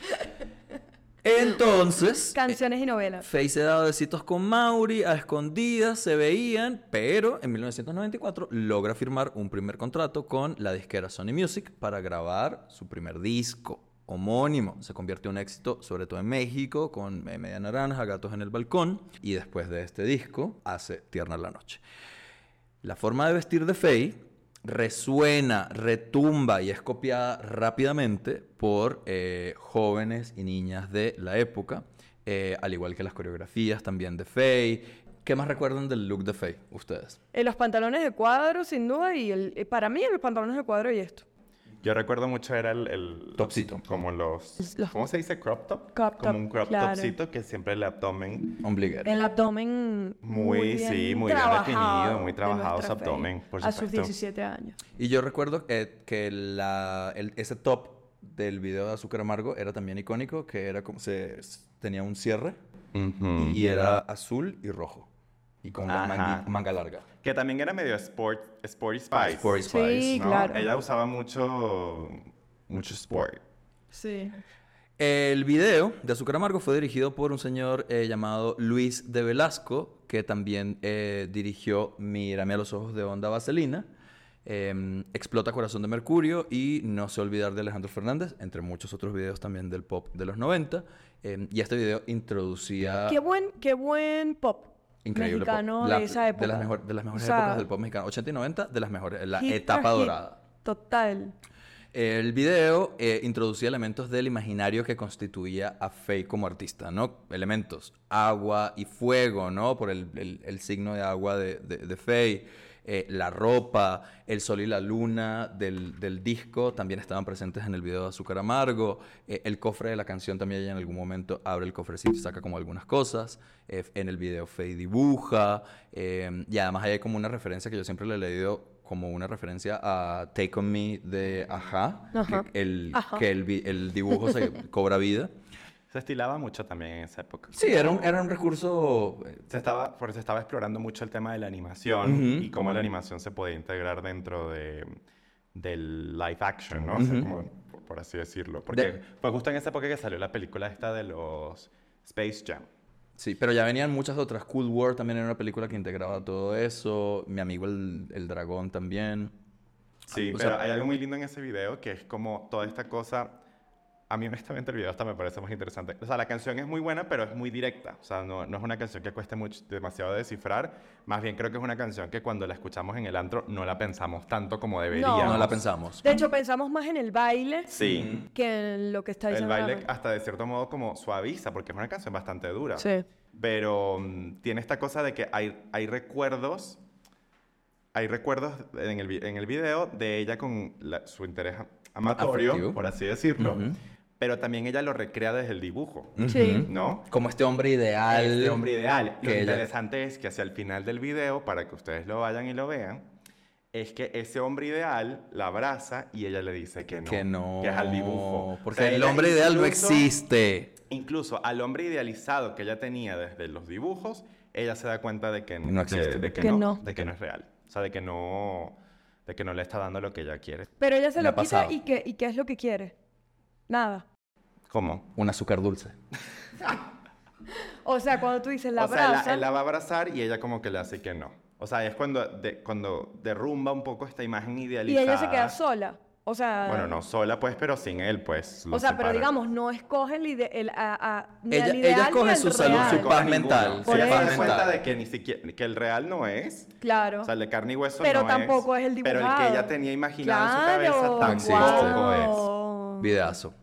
Entonces,
Canciones y novelas.
Faye se daba besitos con Mauri, a escondidas, se veían, pero en 1994 logra firmar un primer contrato con la disquera Sony Music para grabar su primer disco homónimo. Se convirtió en un éxito, sobre todo en México, con eh, Media Naranja, Gatos en el Balcón, y después de este disco hace Tierna la Noche. La forma de vestir de Faye resuena, retumba y es copiada rápidamente por eh, jóvenes y niñas de la época, eh, al igual que las coreografías también de Faye. ¿Qué más recuerdan del look de Faye ustedes?
Eh, los pantalones de cuadro, sin duda, y el, eh, para mí los pantalones de cuadro y esto.
Yo recuerdo mucho era el... el-
Topsito.
Como los,
Los-
¿Cómo se dice? Crop top.
Crop
como
top,
un crop
claro.
topsito que siempre el abdomen...
Ombliguero.
El abdomen
Muy, sí, muy bien
trabajado
definido, muy
de
trabajado
nuestra
su abdomen,
Faye
por
A sus
supuesto.
17 años.
Y yo recuerdo que, que la, el- ese top del video de Azúcar Amargo era también icónico, que era como se s- tenía un cierre
Ujú.
Mm. y era azul y rojo. Y con la
Ajá.
mangui- manga larga.
Que también era medio sport, sporty spice.
Ah, Sporty
Sí,
Spice.
¿no?
claro.
Ella usaba mucho... Mucho sport.
Sí.
El video de Azúcar Amargo fue dirigido por un señor eh, llamado Luis de Velasco, que también eh, dirigió Mírame a los ojos de Onda Vaselina, em, Explota Corazón de Mercurio y No se olvidar de Alejandro Fernández, entre muchos otros videos también del pop de los 90. em, y este video introducía...
Qué buen, qué buen pop.
Ah. Increíble pop.
mexicano
La-
de esa época.
De las, mejor- de las mejores
O sea,
épocas del pop mexicano. 80 y 90, de las mejores. La
hit tras
etapa
hit.
dorada.
Total.
El video eh, introducía elementos del imaginario que constituía a Faye como artista, ¿no? Elementos, agua y fuego, ¿no? Por el, el- el signo de agua de, de, de Faye. Eh, la ropa, el sol y la luna del, del disco también estaban presentes en el video de Azúcar Amargo. Eh, el cofre de la canción también ella en algún momento abre el cofrecito y saca como algunas cosas. Eh, en el video Faye dibuja. eh, y además hay como una referencia que yo siempre le he leído como una referencia a Take On Me de Ajá, que
Ajá.
el,
Ajá.
que el, vi- el dibujo se cobra vida.
Se estilaba mucho también en esa época.
Sí, era un, era un recurso... eh,
Se estaba, por- se estaba explorando mucho el tema de la animación
Ujú.
y cómo la animación se podía integrar dentro de, del live action, ¿no? O sea, como, por, por así decirlo. Porque
De-
fue justo en esa época que salió la película esta de los Space Jam.
Sí, pero ya venían muchas otras. Cool War también era una película que integraba todo eso. Mi amigo el, el dragón también.
Sí,
o
pero
sea-
hay algo muy lindo en ese video que es como toda esta cosa... A mí honestamente el video hasta me parece más interesante. O sea, la canción es muy buena, pero es muy directa. O sea, no, no es una canción que cueste mucho, demasiado de descifrar. Más bien creo que es una canción que cuando la escuchamos en el antro no la pensamos tanto como deberíamos.
No la pensamos.
De hecho, pensamos más en el baile
Sí.
que en lo que está
El
diciendo.
baile ah.
Rafael.
hasta de cierto modo como suaviza, porque es una canción bastante dura.
Sí.
Pero mm, tiene esta cosa de que hay, hay recuerdos, hay recuerdos en el, vi- en el video de ella con la- su interés am- amatorio,
Afectivo.
por así decirlo. Pero también ella lo recrea desde el dibujo,
Sí.
¿no?
Como este hombre ideal.
Este hombre ideal. Lo
que ella-
interesante es que hacia el final del video, para que ustedes lo vayan y lo vean, es que ese hombre ideal la abraza y ella le dice que no.
Que no.
Que es al dibujo.
Porque
O sea,
el
ella
hombre ideal no
incluso-
existe.
Incluso al hombre idealizado que ella tenía desde los dibujos, ella se da cuenta de que,
No existe.
de- de que
Que
no,
no.
de que no es real. O sea, de que no, de que no le está dando lo que ella quiere.
Pero ella se
Me
lo
ha pasado.
quita y, que, y ¿qué es lo que quiere? Nada.
¿Cómo?
Un azúcar dulce.
O sea, cuando tú dices la
o sea, él la-
brasa,
él la va a abrazar y ella como que le hace que no. O sea, es cuando, de- cuando derrumba un poco esta imagen
y
idealizada.
ella se queda sola. O sea,
Bueno, no sola pues, pero sin él pues. lo
o sea, pero
separa.
digamos, no escoge el, ide- el a, a- ni
Ella-
al
ella
ideal ni
escoge
al
su salud,
real.
su paz mental,
su
Sí, ella se
paz
da cuenta
mental.
de que ni siquiera, que el real no es.
Claro.
O sea, el de carne y hueso
Pero
no
tampoco es el
Pero el que
dibujado.
ella tenía imaginado en su
Claro,
cabeza
existe. pues.
tampoco es.
guau.
Videazo.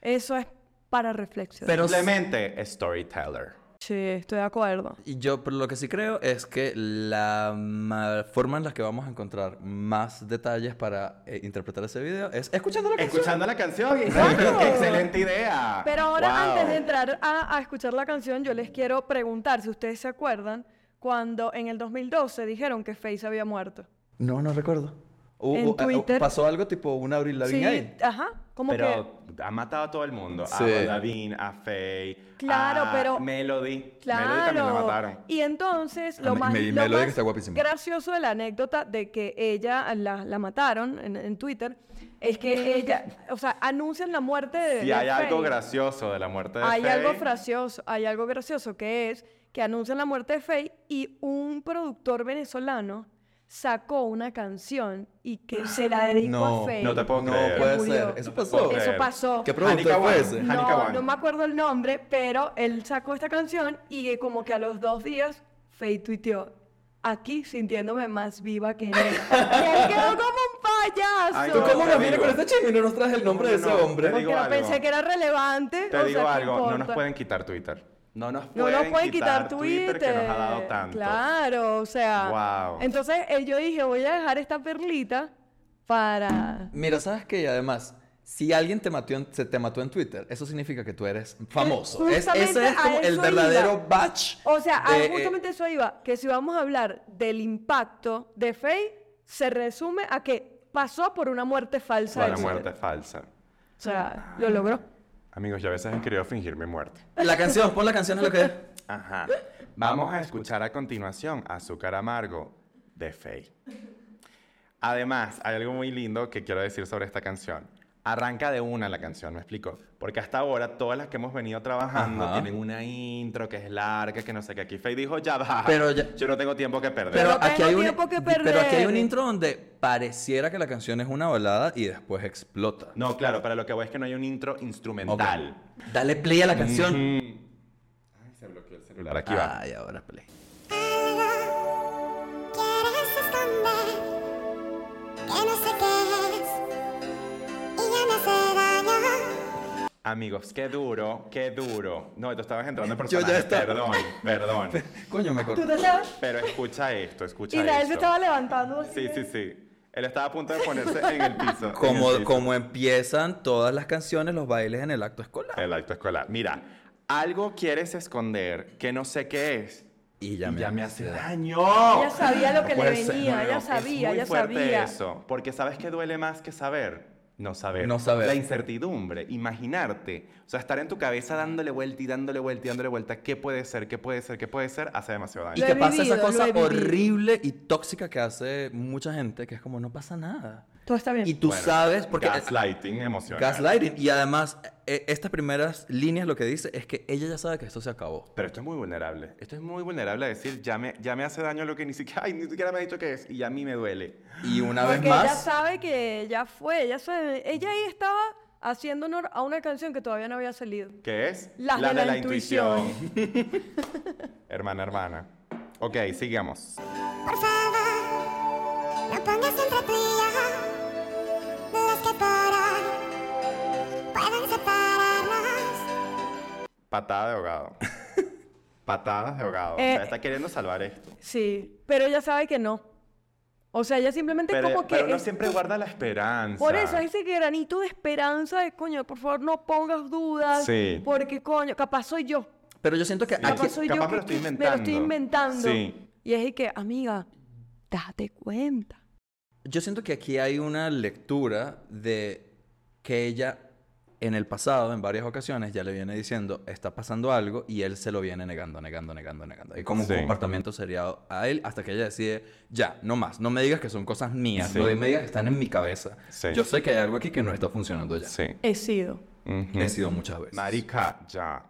Eso es para reflexión.
Pero-
Simplemente es storyteller.
sí, estoy de acuerdo.
Y yo, pero lo que sí creo es que la ma- forma en la que vamos a encontrar más detalles para eh, interpretar ese video es escuchando la canción.
Escuchando la canción. Isabel, ¡Qué excelente idea!
Pero ahora,
Wow.
antes de entrar a, a escuchar la canción, yo les quiero preguntar si ustedes se acuerdan cuando en el 2012 dijeron que Faye se había muerto.
No, no recuerdo.
Uh,
en
uh, uh,
Twitter.
pasó algo tipo un Abril Lavigne
sí,
ahí.
ajá, como que...
Pero ha matado a todo el mundo.
Sí.
A David, a Faye,
Claro,
a
pero-
Melody. Melody también la
Claro.
mataron.
Y entonces,
Ah,
lo
me-
más,
me vi
lo
Melody, que
más
está guapísima.
gracioso de la anécdota de que ella la, la mataron en, en Twitter es que ella, o sea, anuncian la muerte de.
Si
de
hay algo
Faye.
gracioso de la muerte de
Hay
Faye,
algo gracioso, hay algo gracioso que es que anuncian la muerte de Faye y un productor venezolano sacó una canción y que se la dedicó
No,
a Faye.
no te puedo
No
creer.
puede
Murió.
ser. Eso pasó.
puedo
Eso
creer.
pasó.
¿Qué productor
Hanika
fue
Wan.
ese?
Ja- Hanika
No,
Wan.
no me acuerdo el nombre, pero él sacó esta canción y eh, como que a los dos días Faye tuiteó aquí sintiéndome más viva que nunca. y él quedó como un payaso.
Ay,
¿Tú
No,
cómo
te
nos vienes
digo.
con este chisme y no nos traes el nombre de
No,
ese
no,
hombre?
te digo
Pero
algo.
pensé que era relevante.
Te
o sea,
digo
¿qué
algo, no nos
importa?
pueden quitar Twitter. No nos
No
pueden,
nos pueden quitar Twitter.
que nos ha dado tanto.
Claro, o sea.
Wow.
Entonces eh, yo dije, voy a dejar esta perlita para...
Mira, ¿sabes qué? Y además, si alguien te mató en, se te mató en Twitter, eso significa que tú eres famoso. Es- ese
justamente
es como
a
el
eso
verdadero
iba.
batch.
O sea, a-
de, eh,
justamente eso iba, que si vamos a hablar del impacto de Faye, se resume a que pasó por una muerte falsa.
Para
de
la
Twitter.
muerte falsa.
O sea, lo logró.
Amigos, yo a veces he querido fingir mi muerte.
La canción, pon la canción es lo que es.
Ajá. Vamos a escuchar a continuación Azúcar Amargo de Faye. Además, hay algo muy lindo que quiero decir sobre esta canción. Arranca de una la canción, me explico. Porque hasta ahora todas las que hemos venido trabajando
Ajá.
tienen una intro que es larga, que no sé qué. Aquí Faye dijo, ya va.
Pero ya-
Yo no tengo tiempo que perder.
Pero
Pero
aquí,
tengo
hay un,
tiempo que
pero aquí hay un
perder.
intro donde pareciera que la canción es una balada y después explota.
No, claro, para lo que voy es que no hay un intro instrumental.
Ok. Dale play a la canción.
Ay, se bloqueó el celular. Aquí va.
Ay, ahora play.
Quieres esconder que no sé qué es y ya me hace daño.
Amigos, qué duro, qué duro. No, tú estabas entrando en
Yo ya
personaje.
estaba-
Perdón, perdón.
Coño, me
¿Tú
acordé.
te estabas?
Pero escucha esto, escucha
Israel
esto.
se estaba levantando. así
Sí,
de-
sí, sí. Él estaba a punto de ponerse en el piso. en el
Como,
piso.
como empiezan todas las canciones, los bailes en el acto escolar.
El acto escolar. Mira, algo quieres esconder que no sé qué es.
Y ya,
Y
me,
ya me hace daño.
Ella sabía lo que le
puede ser.
venía, ella sabía,
es muy
ella
fuerte
sabía.
eso, porque sabes que duele más que saber. No saber.
No saber.
La incertidumbre, imaginarte. O sea, estar en tu cabeza dándole vuelta y dándole vuelta y dándole vuelta. ¿Qué puede ser? ¿Qué puede ser? ¿Qué puede ser? Hace demasiado daño.
Y
Lo
que
he
pasa esa
vivido, lo
cosa
he vivido.
horrible y tóxica que hace mucha gente, que es como no pasa nada.
Todo está bien.
Y tú
Bueno,
sabes, porque
Gaslighting emocional.
gaslighting. Y además, eh, estas primeras líneas lo que dice es que ella ya sabe que esto se acabó.
Pero esto es muy vulnerable. Esto es muy vulnerable a decir, ya me, ya me hace daño lo que ni siquiera, ay, ni siquiera me ha dicho que es. Y ya a mí me duele.
Y una
Porque
vez
ella
más.
sabe que ya fue, ella, sabe- ella ahí estaba haciendo honor a una canción que todavía no había salido.
¿Qué es?
Las de la
hermana, hermana. Ok, sigamos.
Por favor, no pongas entre tú y yo dudas que por hoy pueden separarnos.
Patada de ahogado. Patadas de ahogado. o sea,
Eh,
está queriendo salvar esto.
Sí, pero ella sabe que no. O sea, ella simplemente
Pero,
como que...
pero uno
es-
siempre guarda la esperanza.
Por eso, ese granito de esperanza de, coño, por favor, no pongas dudas.
Sí.
Porque, coño, capaz soy yo.
Pero yo siento que
Sí.
Capaz
aquí,
soy yo
capaz me lo
que-
estoy
que
inventando.
inventando.
Sí.
Y es de que, amiga, date cuenta.
yo siento que aquí hay una lectura de que ella en el pasado, en varias ocasiones, ya le viene diciendo está pasando algo y él se lo viene negando, negando, negando, negando. Hay como
Sí.
un comportamiento seriado a él hasta que ella decide ya, no más, no me digas que son cosas mías,
Sí.
no me digas que están en mi cabeza.
Sí.
Yo sé que hay algo aquí que no está funcionando ya.
Sí.
He sido.
Ujú.
He sido muchas veces.
Marica, ya.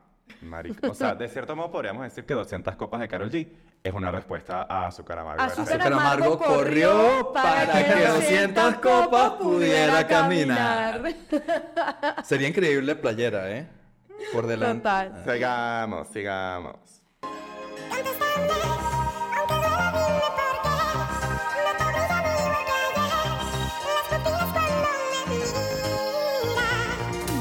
Marica. O sea, de cierto modo podríamos decir que 200 copas de Karol G es una respuesta a azúcar amargo. de
Azúcar
Fey.
Azúcar amargo corrió para que 200 copas pudiera caminar. Sería increíble playera, ¿eh? Por delante.
Total.
Sigamos, sigamos.
Contéstame, aunque duela, dime por qué. No te olvides ni me calles las pupilas cuando me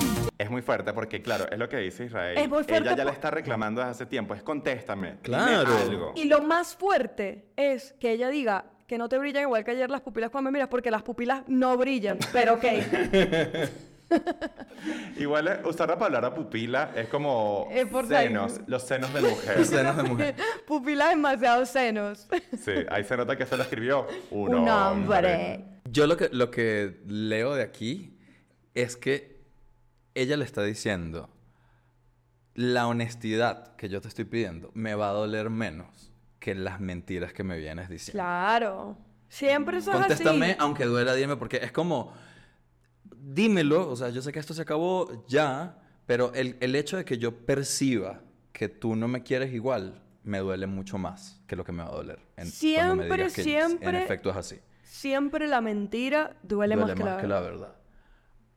miras.
Es muy fuerte porque, claro, es lo que dice Israel.
Es muy fuerte
Ella ya le
por-
está reclamando desde hace tiempo. Es contéstame. dime
Claro.
algo.
Y lo más fuerte es que ella diga que no te brillan igual que ayer las pupilas cuando me miras, porque las pupilas no brillan. Pero ok,
Igual eh, usar la palabra pupila es como
Es por
senos, los senos de mujer.
Senos de mujer.
pupilas demasiado senos.
sí, ahí se nota que se lo escribió un,
Un
hombre.
hombre.
Yo lo que, lo que leo de aquí es que ella le está diciendo, la honestidad que yo te estoy pidiendo me va a doler menos que las mentiras que me vienes diciendo.
Claro. Siempre eso es
Contéstame
así.
aunque duela, dime, porque es como, dímelo, o sea, yo sé que esto se acabó ya, pero el, el hecho de que yo perciba que tú no me quieres igual, me duele mucho más que lo que me va a doler. en- cuando me
Siempre,
digas que En
siempre
efecto es así.
Siempre la mentira duele,
Duele
más, que, la verdad.
verdad.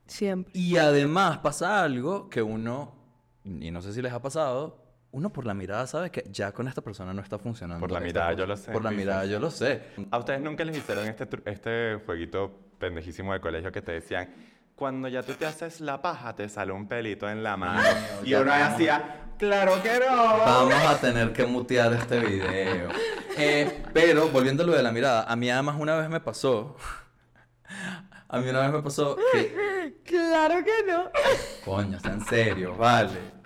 Siempre.
Y además pasa algo que uno, y no sé si les ha pasado, uno por la mirada sabe que ya con esta persona no está funcionando.
Por la
esta
mirada,
cosa.
yo lo sé,
Por la
Luisa.
mirada yo lo sé.
¿A ustedes nunca les hicieron este, tru- este jueguito pendejísimo de colegio que te decían, cuando ya tú te haces la paja, te sale un pelito en la mano? y
ya
uno
vamos.
hacía, claro que no.
Vamos a tener que mutear este video. Eh, pero volviendo a lo de la mirada, a mí además una vez me pasó A mí una vez me pasó que...
Claro que no.
Coño, está en serio, vale.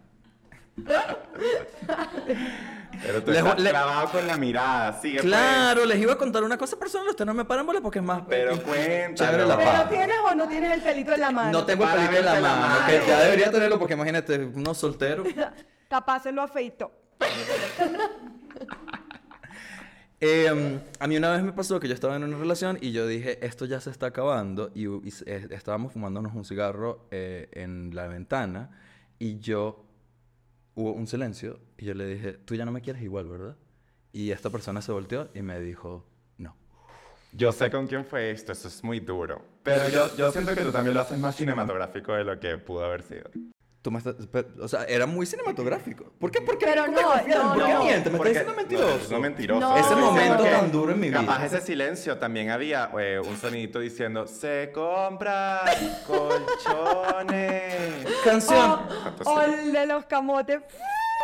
Pero tú
Le-
estás
le-
clavado con la mirada, sigue pues.
Claro, les iba a contar una cosa personal, ustedes no me paran bola porque es más...
Pero
Chévere
cuéntalo.
la
¿Pero
paja.
tienes o no tienes el pelito en la mano?
No tengo el
Para
pelito en la
verte la
mano,
mano.
que ya debería tenerlo porque imagínate, uno soltero.
Capaz se lo afeitó.
Em, a mí una vez me pasó que yo estaba en una relación y yo dije, esto ya se está acabando y, y s- eh, estábamos fumándonos un cigarro eh, en la ventana y yo hubo un silencio y yo le dije, tú ya no me quieres igual, ¿verdad? Y esta persona se volteó y me dijo, no.
Yo sé con quién fue esto, eso es muy duro. Pero yo, yo siento que tú también lo haces más cinematográfico de lo que pudo haber sido.
Tú me estás- pe- o sea, era muy cinematográfico. ¿Por qué? ¿Por qué?
Pero
¿Por qué
no,
confían?
no,
¿Por qué
no.
mientes? Me
Porque-
estás diciendo
No,
mentiroso.
no, mentiroso.
No.
Yo
Ese
estoy diciendo
momento
que
tan
duro en mi
Capaz
vida.
ese silencio también había eh, un sonidito diciendo, se compran colchones.
Canción.
O, o el de los camotes.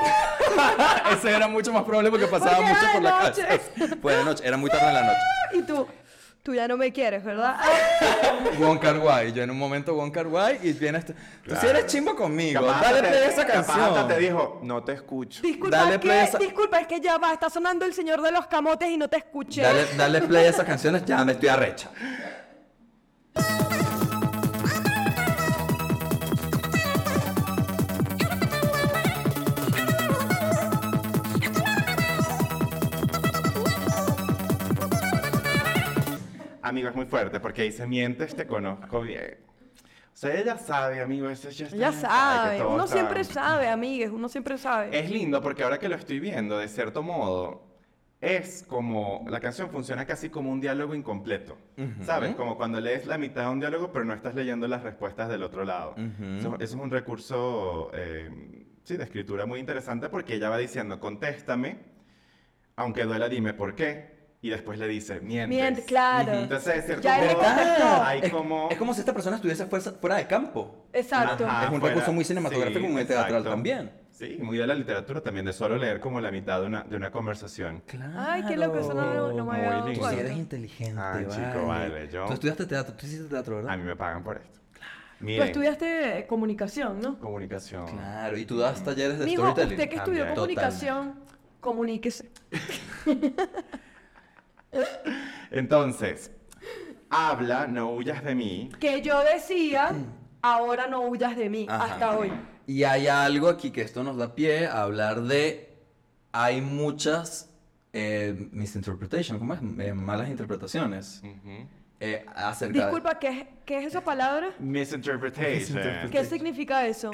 Ese era mucho más probable porque pasaba
Porque
mucho
era
por
de
la
noche.
casa. Fue de noche, era muy tarde en la noche.
Y tú, tú ya no me quieres, ¿verdad? Ah,
Wong Kar Wai. Yo en un momento Wong Kar Wai y viene este... Tú si eres chimbo conmigo,
Capaz hasta
dale play a
te-
esa
capaz hasta
canción.
te dijo, no te escucho.
disculpa,
Dale
es
play a
que,
esa-
disculpa, es que ya va, está sonando el señor de los camotes y no te escuché.
Dale, dale play a esas canciones, ya me estoy arrecha.
Amigo, es muy fuerte porque dice, mientes, te conozco bien. O sea, ella sabe, amigo, eso ya está-
Ya
que
sabe,
todos
uno siempre
saben.
sabe, amigues, uno siempre sabe.
Es lindo porque ahora que lo estoy viendo, de cierto modo, es como, la canción funciona casi como un diálogo incompleto. ¿Sabes? Como cuando lees la mitad de un diálogo, pero no estás leyendo las respuestas del otro lado. eso, eso es un recurso, eh, sí, de escritura muy interesante porque ella va diciendo, contéstame, aunque duela, dime por qué. Y después le dice, mientes.
Miente, claro.
Ujú. Entonces, de cierto
Ya él le
modo,
contestó.
hay
es,
como...
es como si esta persona estuviese fuerza- fuera de campo.
Exacto.
Ajá,
Es un recurso muy cinematográfico y muy teatral también.
Sí, muy de la literatura también, de solo leer como la mitad de una, de una conversación.
Ay, qué loco, eso no me- no me había
Muy
dado
lindo.
Tú sí eres
cuenta.
inteligente,
Ay, chico, vale, yo-
Tú estudiaste teatro, tú hiciste teatro, ¿verdad?
A mí me pagan por esto.
Tú
Miren,
estudiaste eh, comunicación, ¿no?
comunicación.
Claro, y tú das talleres de
Mijo,
storytelling.
usted que estudió
también.
comunicación, comuníquese.
Entonces, habla, no huyas de mí.
Que yo decía, ahora no huyas de mí,
Ajá.
hasta hoy.
Y hay algo aquí que esto nos da pie a hablar de. Hay muchas eh, misinterpretations, ¿cómo es? Eh, malas interpretaciones
Mm.
eh, acerca de-
Disculpa, ¿qué es, qué es esa palabra?
Misinterpretation.
¿Qué significa eso?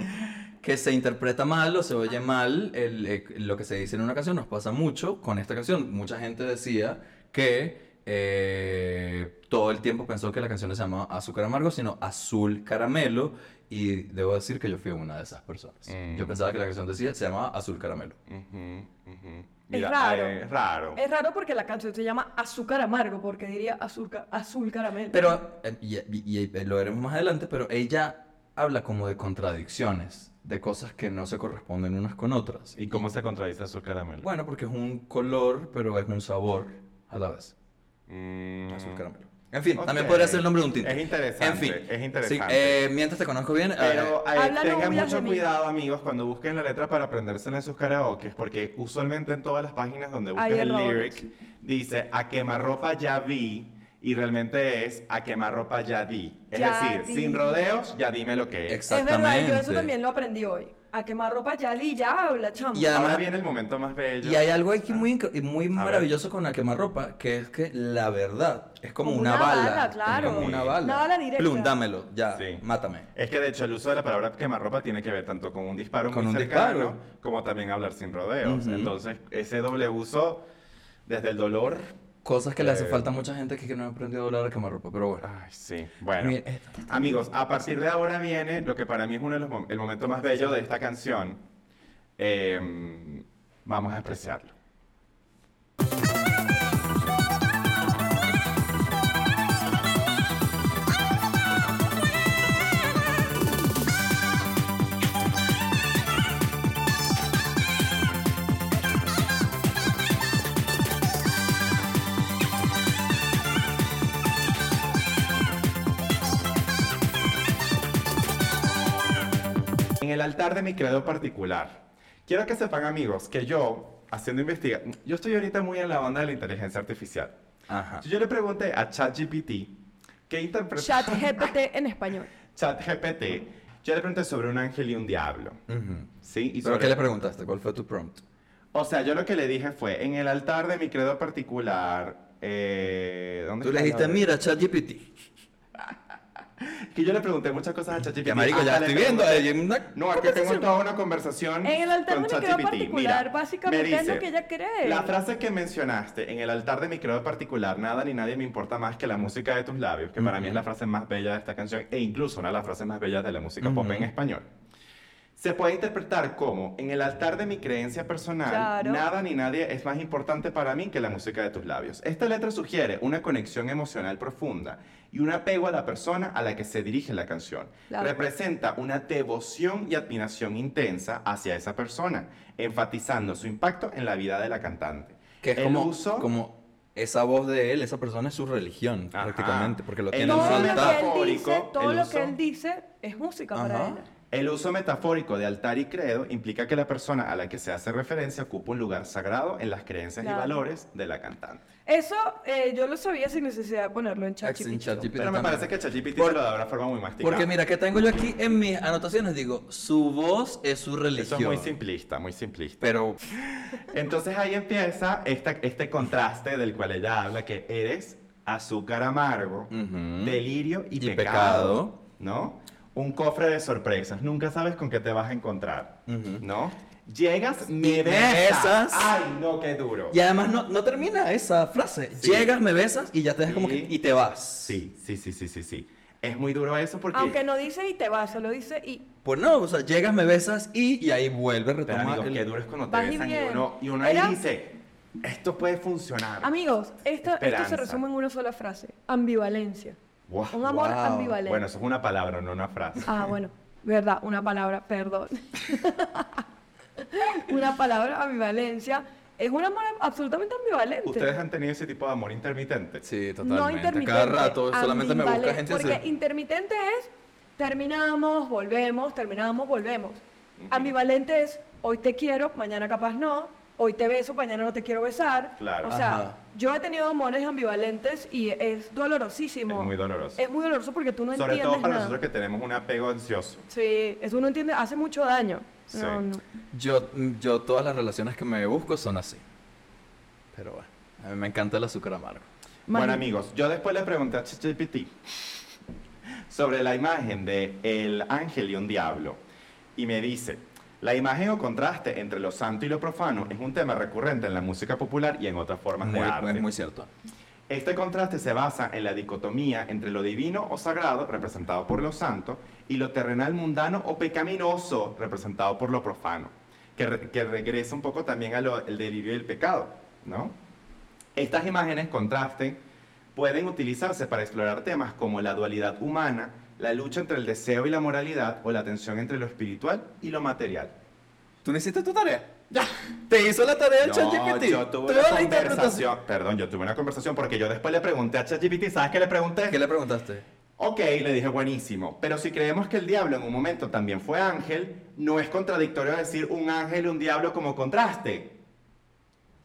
que se interpreta mal o se oye mal el, eh, lo que se dice en una canción. Nos pasa mucho con esta canción. Mucha gente decía que eh, todo el tiempo pensó que la canción no se llamaba Azúcar Amargo, sino Azul Caramelo. Y debo decir que yo fui una de esas personas.
Mm.
Yo pensaba que la canción decía se llamaba Azul Caramelo.
Ujú, ujú.
raro.
ay, es eh, raro.
Es raro porque la canción se llama Azúcar Amargo, porque diría azúcar, azul caramelo.
Pero, eh, y, y- y, eh, lo veremos más adelante, pero ella habla como de contradicciones, de cosas que no se corresponden unas con otras.
¿Y cómo se contradice azúcar caramelo?
Bueno, porque es un color, pero es un sabor a la vez.
Mm,
Azul caramelo. En fin,
Ok.
también podría ser el nombre de un tinte.
Es interesante,
En fin,
es
Sí,
interesante.
eh, mientras te conozco bien, eh,
Pero eh,
Habla, no
tengan
huyas de
mucho
mí.
cuidado, amigos, cuando busquen la letra para aprendérsela en sus karaokes, porque usualmente en todas las páginas donde buscas
Hay
el
errores.
lyric dice a quemarropa ya vi y realmente es a quemarropa ya di. Es
Ya
decir,
di.
sin rodeos, ya dime lo que es.
Exacto.
es verdad, yo eso
exactamente.
también lo aprendí hoy. A quemar ropa ya di, ya habla, chamo.
Y además-
Ahora viene el momento más bello.
y hay algo aquí muy, incre- muy
Ah. ver.
maravilloso con la quemarropa, que es que la verdad es como,
Como
una,
una
bala.
bala, claro.
Es como una
Sí.
bala.
Una bala directa.
Plum, dámelo, ya,
Sí.
mátame.
Es que de hecho el uso de la palabra quemarropa tiene que ver tanto con un disparo
Con
muy
un
cercano
disparo.
como también hablar sin rodeos.
Ujú.
Entonces, ese doble uso desde el dolor.
Cosas que le hace
Eh.
falta a mucha gente que que no ha aprendido a hablar de quemarropa, pero bueno.
Ay, sí. Bueno.
Mira, esta-
Amigos, a partir de ahora viene lo que para mí es uno de los mom- el momento más bello de esta canción. Em, vamos a apreciarlo.
Quiero
el altar de mi credo particular. Quiero que sepan, amigos, que yo, haciendo investigación, yo estoy ahorita muy en la onda de la inteligencia artificial.
Ajá.
Yo le pregunté a ChatGPT qué interpreta
Chat GPT en español.
ChatGPT. Yo le pregunté sobre un ángel y un diablo.
Ujú.
¿Sí? Y
Mm. ¿Pero
sobre-
qué le preguntaste? ¿Cuál fue tu prompt?
O sea, yo lo que le dije fue, en el altar de mi credo particular, eh, ¿dónde
Tú le
está la
dijiste,
hora?
mira, ChatGPT.
Que yo le pregunté muchas cosas a ChatGPT.
Ya, marico, ya
Hasta le
estoy viendo.
pregunté-
eh, una-
No, aquí tengo toda una conversación
En el altar
con
de mi credo
ChatGPT.
particular,
Mira,
básicamente
me
es lo
dice,
que ella cree.
La frase que mencionaste, en el altar de mi credo particular, nada ni nadie me importa más que la música de tus labios, que para mí es la frase más bella de esta canción e incluso una de las frases más bellas de la música pop en español. Se puede interpretar como, en el altar de mi creencia personal,
Claro.
nada ni nadie es más importante para mí que la música de tus labios. Esta letra sugiere una conexión emocional profunda y un apego a la persona a la que se dirige la canción.
Claro.
Representa una devoción y admiración intensa hacia esa persona, enfatizando su impacto en la vida de la cantante.
Que es
El
como,
uso-
como esa voz de él, esa persona es su religión,
Ajá.
prácticamente, porque lo
El
tiene
uso
Todo lo
saltado.
que él dice,
metafórico,
todo
el
lo
uso-
que él dice es música para
Ajá.
él.
El uso metafórico de altar y credo implica que la persona a la que se hace referencia ocupa un lugar sagrado en las creencias
Claro.
y valores de la cantante.
Eso eh, yo lo sabía sin necesidad de ponerlo en
Ex-
ChatGPT.
en ChatGPT
Pero me
también.
parece que ChatGPT
Por-
se lo da de una forma muy masticada.
Porque mira, que tengo yo aquí en mis anotaciones, digo, su voz es su
Eso
religión.
es muy simplista, muy simplista.
Pero
Entonces ahí empieza esta- este contraste del cual ella habla, que eres azúcar amargo,
Ujú.
delirio y,
Y pecado.
pecado, ¿no? Un cofre de sorpresas, nunca sabes con qué te vas a encontrar, ¿no? Llegas, me
me
besas.
besas.
Ay, no, qué duro.
Y además no, no termina esa frase.
Sí.
Llegas, me besas y ya te dejas como que.
Sí.
Y te vas.
Sí, sí, sí, sí, sí, sí. Es muy duro eso porque...
Aunque no dice y te va, solo dice y
Pues no, o sea, llegas, me besas y, y ahí vuelve a
Pero
retomar.
amigos,
el-
qué duro es cuando te
Vas y
besan y
vienes.
uno, y uno ahí
Era-
dice, esto puede funcionar.
Amigos, esto, esto se
Esperanza.
resume en una sola frase: ambivalencia.
Guau.
Un amor
Wow.
ambivalente.
Bueno, eso es una palabra, no una frase.
Ah, bueno, verdad, una palabra, perdón. una palabra ambivalencia. Es un amor absolutamente ambivalente.
¿Ustedes han tenido ese tipo de amor intermitente?
Sí, totalmente.
no intermitente.
Cada rato solamente me busca
ambivalente,
gente.
Porque
así.
intermitente es terminamos, volvemos, terminamos, volvemos. Ambivalente es hoy te quiero, mañana capaz no. Hoy te beso, mañana no te quiero besar.
Claro.
O sea,
Ajá.
yo he tenido amores ambivalentes y es dolorosísimo.
Es muy doloroso.
Es muy doloroso porque tú Eh, no
Sobre
entiendes
todo para
nada.
nosotros que tenemos un apego ansioso.
Sí, eso uno entiende, hace mucho daño.
Sí.
No, no.
Yo, yo todas las relaciones que me busco son así. Pero bueno, a mí me encanta el azúcar amargo.
Bueno,
Mani-
amigos, yo después le pregunté a ChatGPT sobre la imagen de el ángel y un diablo y me dice, la imagen o contraste entre lo santo y lo profano es un tema recurrente en la música popular y en otras formas
Muy-
de arte.
es muy cierto.
Este contraste se basa en la dicotomía entre lo divino o sagrado, representado por lo santo, y lo terrenal mundano o pecaminoso, representado por lo profano, que, re- que regresa un poco también al delirio y el pecado, ¿no? Estas imágenes, contraste, pueden utilizarse para explorar temas como la dualidad humana, la lucha entre el deseo y la moralidad, o la tensión entre lo espiritual y lo material.
¿Tú no hiciste tu tarea? ¿Te hizo la tarea el
No,
ChatGPT?
yo tuve
Toda
una
la interpretación.
conversación. Perdón, yo tuve una conversación porque yo después le pregunté a ChatGPT, ¿sabes qué le pregunté?
¿Qué le preguntaste?
Ok, le dije buenísimo, pero si creemos que el diablo en un momento también fue ángel, no es contradictorio decir un ángel y un diablo como contraste. Te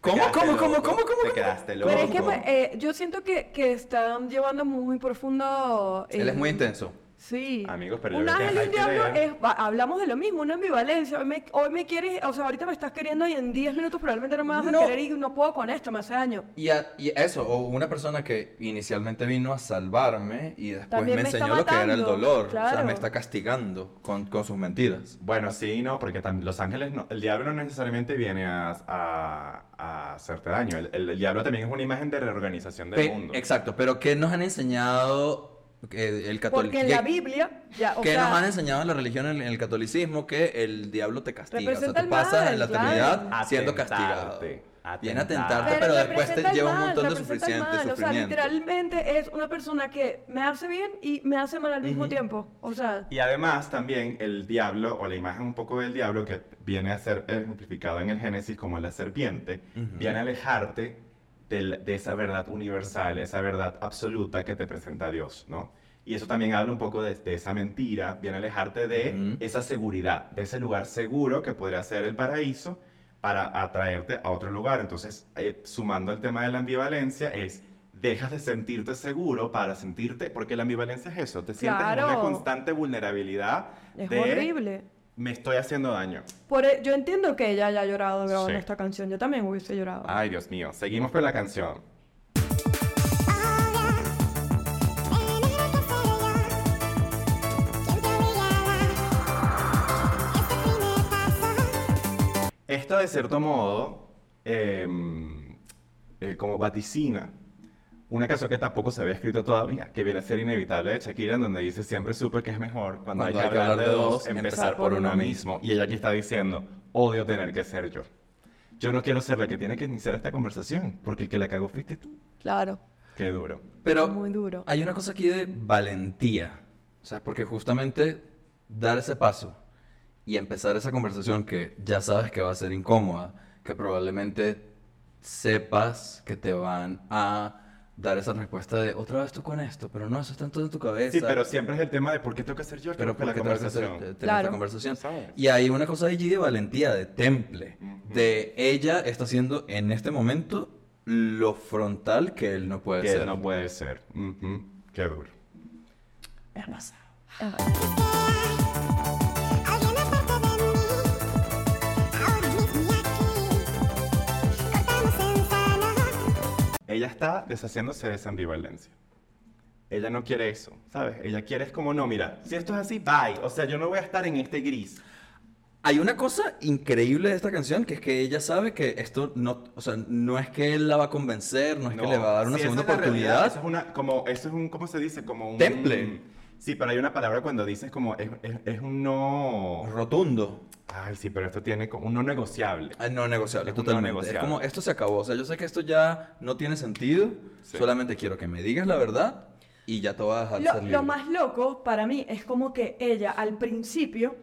¿Cómo,
quedaste
cómo, cómo,
loco,
cómo, cómo?
Te quedaste loco.
Pero es que pues, eh, yo siento que, que están llevando muy profundo. eh,
Él es muy intenso.
Sí.
Amigos, pero yo
un
creo que
ángel y un
hay que
diablo
leer.
es- va- hablamos de lo mismo, una ambivalencia. Hoy me, hoy me quieres, o sea, ahorita me estás queriendo y en 10 minutos probablemente no me vas a
No.
querer y no puedo con esto, me hace daño.
Y, a- y eso, o una persona que inicialmente vino a salvarme y después
También
me
me está
enseñó lo que era el
matando,
dolor. O sea,
claro.
me está castigando con, con sus mentiras.
Bueno, sí, no, porque tam- los ángeles, no, el diablo no necesariamente viene a, a- a hacerte daño. El, el- el diablo también es una imagen de reorganización del
Pe-
mundo.
Exacto, pero ¿qué nos han enseñado eh, el
Porque en
catolicismo?
la Biblia, ya, o
¿Qué
sea,
nos han enseñado en la religión, en, en el catolicismo? Que el diablo te castiga. O sea,
Representa
tú
el
pasas
mal,
en la
claro.
eternidad siendo castigado.
Atentarte,
Viene a
atentarte.
tentarte, pero,
pero
después te
representa el
lleva un
mal,
montón de
representa el
suficiente,
mal. O sea,
sufrimiento.
literalmente es una persona que me hace bien y me hace mal al mismo tiempo. O sea,
Y además también el diablo, o la imagen un poco del diablo que viene a ser ejemplificado en el Génesis como la serpiente, viene a alejarte del- de esa verdad universal, esa verdad absoluta que te presenta Dios, ¿no? Y eso también habla un poco de, de esa mentira, bien alejarte de
Ujú.
esa seguridad, de ese lugar seguro que podría ser el paraíso para atraerte a otro lugar. Entonces, eh, sumando el tema de la ambivalencia, es dejas de sentirte seguro para sentirte, porque la ambivalencia es eso, te sientes en una
Claro.
constante vulnerabilidad
Es
de
horrible.
me estoy haciendo daño.
Por e- yo entiendo que ella haya llorado grabando
Sí. Ah.
esta canción. Yo también hubiese llorado.
Ay, Dios mío, seguimos con la canción.
Ahora, en el gran caserío, ¿quién te obligaba? Este primer paso,
Esto, de cierto modo, em, eh, como vaticina una canción que tampoco se había escrito todavía, que viene a ser inevitable de Shakira, en donde dice siempre supe que es mejor cuando, hay que hablar de dos, empezar por uno mismo. Y ella aquí está diciendo, odio tener que ser yo. Yo no quiero ser la que tiene que iniciar esta conversación, porque el que la cagó fuiste tú.
Claro.
Qué duro.
Pero
Muy duro.
hay una cosa aquí de valentía. O sea, porque justamente dar ese paso y empezar esa conversación que ya sabes que va a ser incómoda, que probablemente sepas que te van a dar esa respuesta de otra vez tú con esto, pero no, eso está en todo tu cabeza.
Sí, pero siempre es el tema de por qué tengo que ser yo el que
Pero
rompe
¿por
la
qué tengo que hacer-
conversación.
tener esta
Claro.
conversación?
¿Sabes?
Y hay una cosa allí de valentía, de temple, de ella está haciendo en este momento lo frontal que él no puede
Que
ser.
no puede ser. Ujú. Qué duro.
alguien aparte de mí, ahora mismo y aquí, cortamos en sano.
Ella está deshaciéndose de esa ambivalencia. Ella no quiere eso, ¿sabes? Ella quiere es como, no, mira, si esto es así, bye. O sea, yo no voy a estar en este gris.
Hay una cosa increíble de esta canción que es que ella sabe que esto no, o sea, no es que él la va a convencer, no es que le va a dar una
sí, esa
segunda
es la realidad,
oportunidad.
Eso es una, como, eso es un, ¿cómo se dice? Como un...
Temple.
Sí, pero hay una palabra cuando dices como, es, es- es un no...
Rotundo.
Ay, sí, pero esto tiene como un no negociable.
Ah, No negociable,
Es un no
totalmente.
negociable.
Es como esto se acabó. O sea, yo sé que esto ya no tiene sentido.
Sí.
Solamente quiero que me digas la verdad y ya te voy a dejar
Lo,
ser
lo
libre.
más loco para mí es como que ella al principio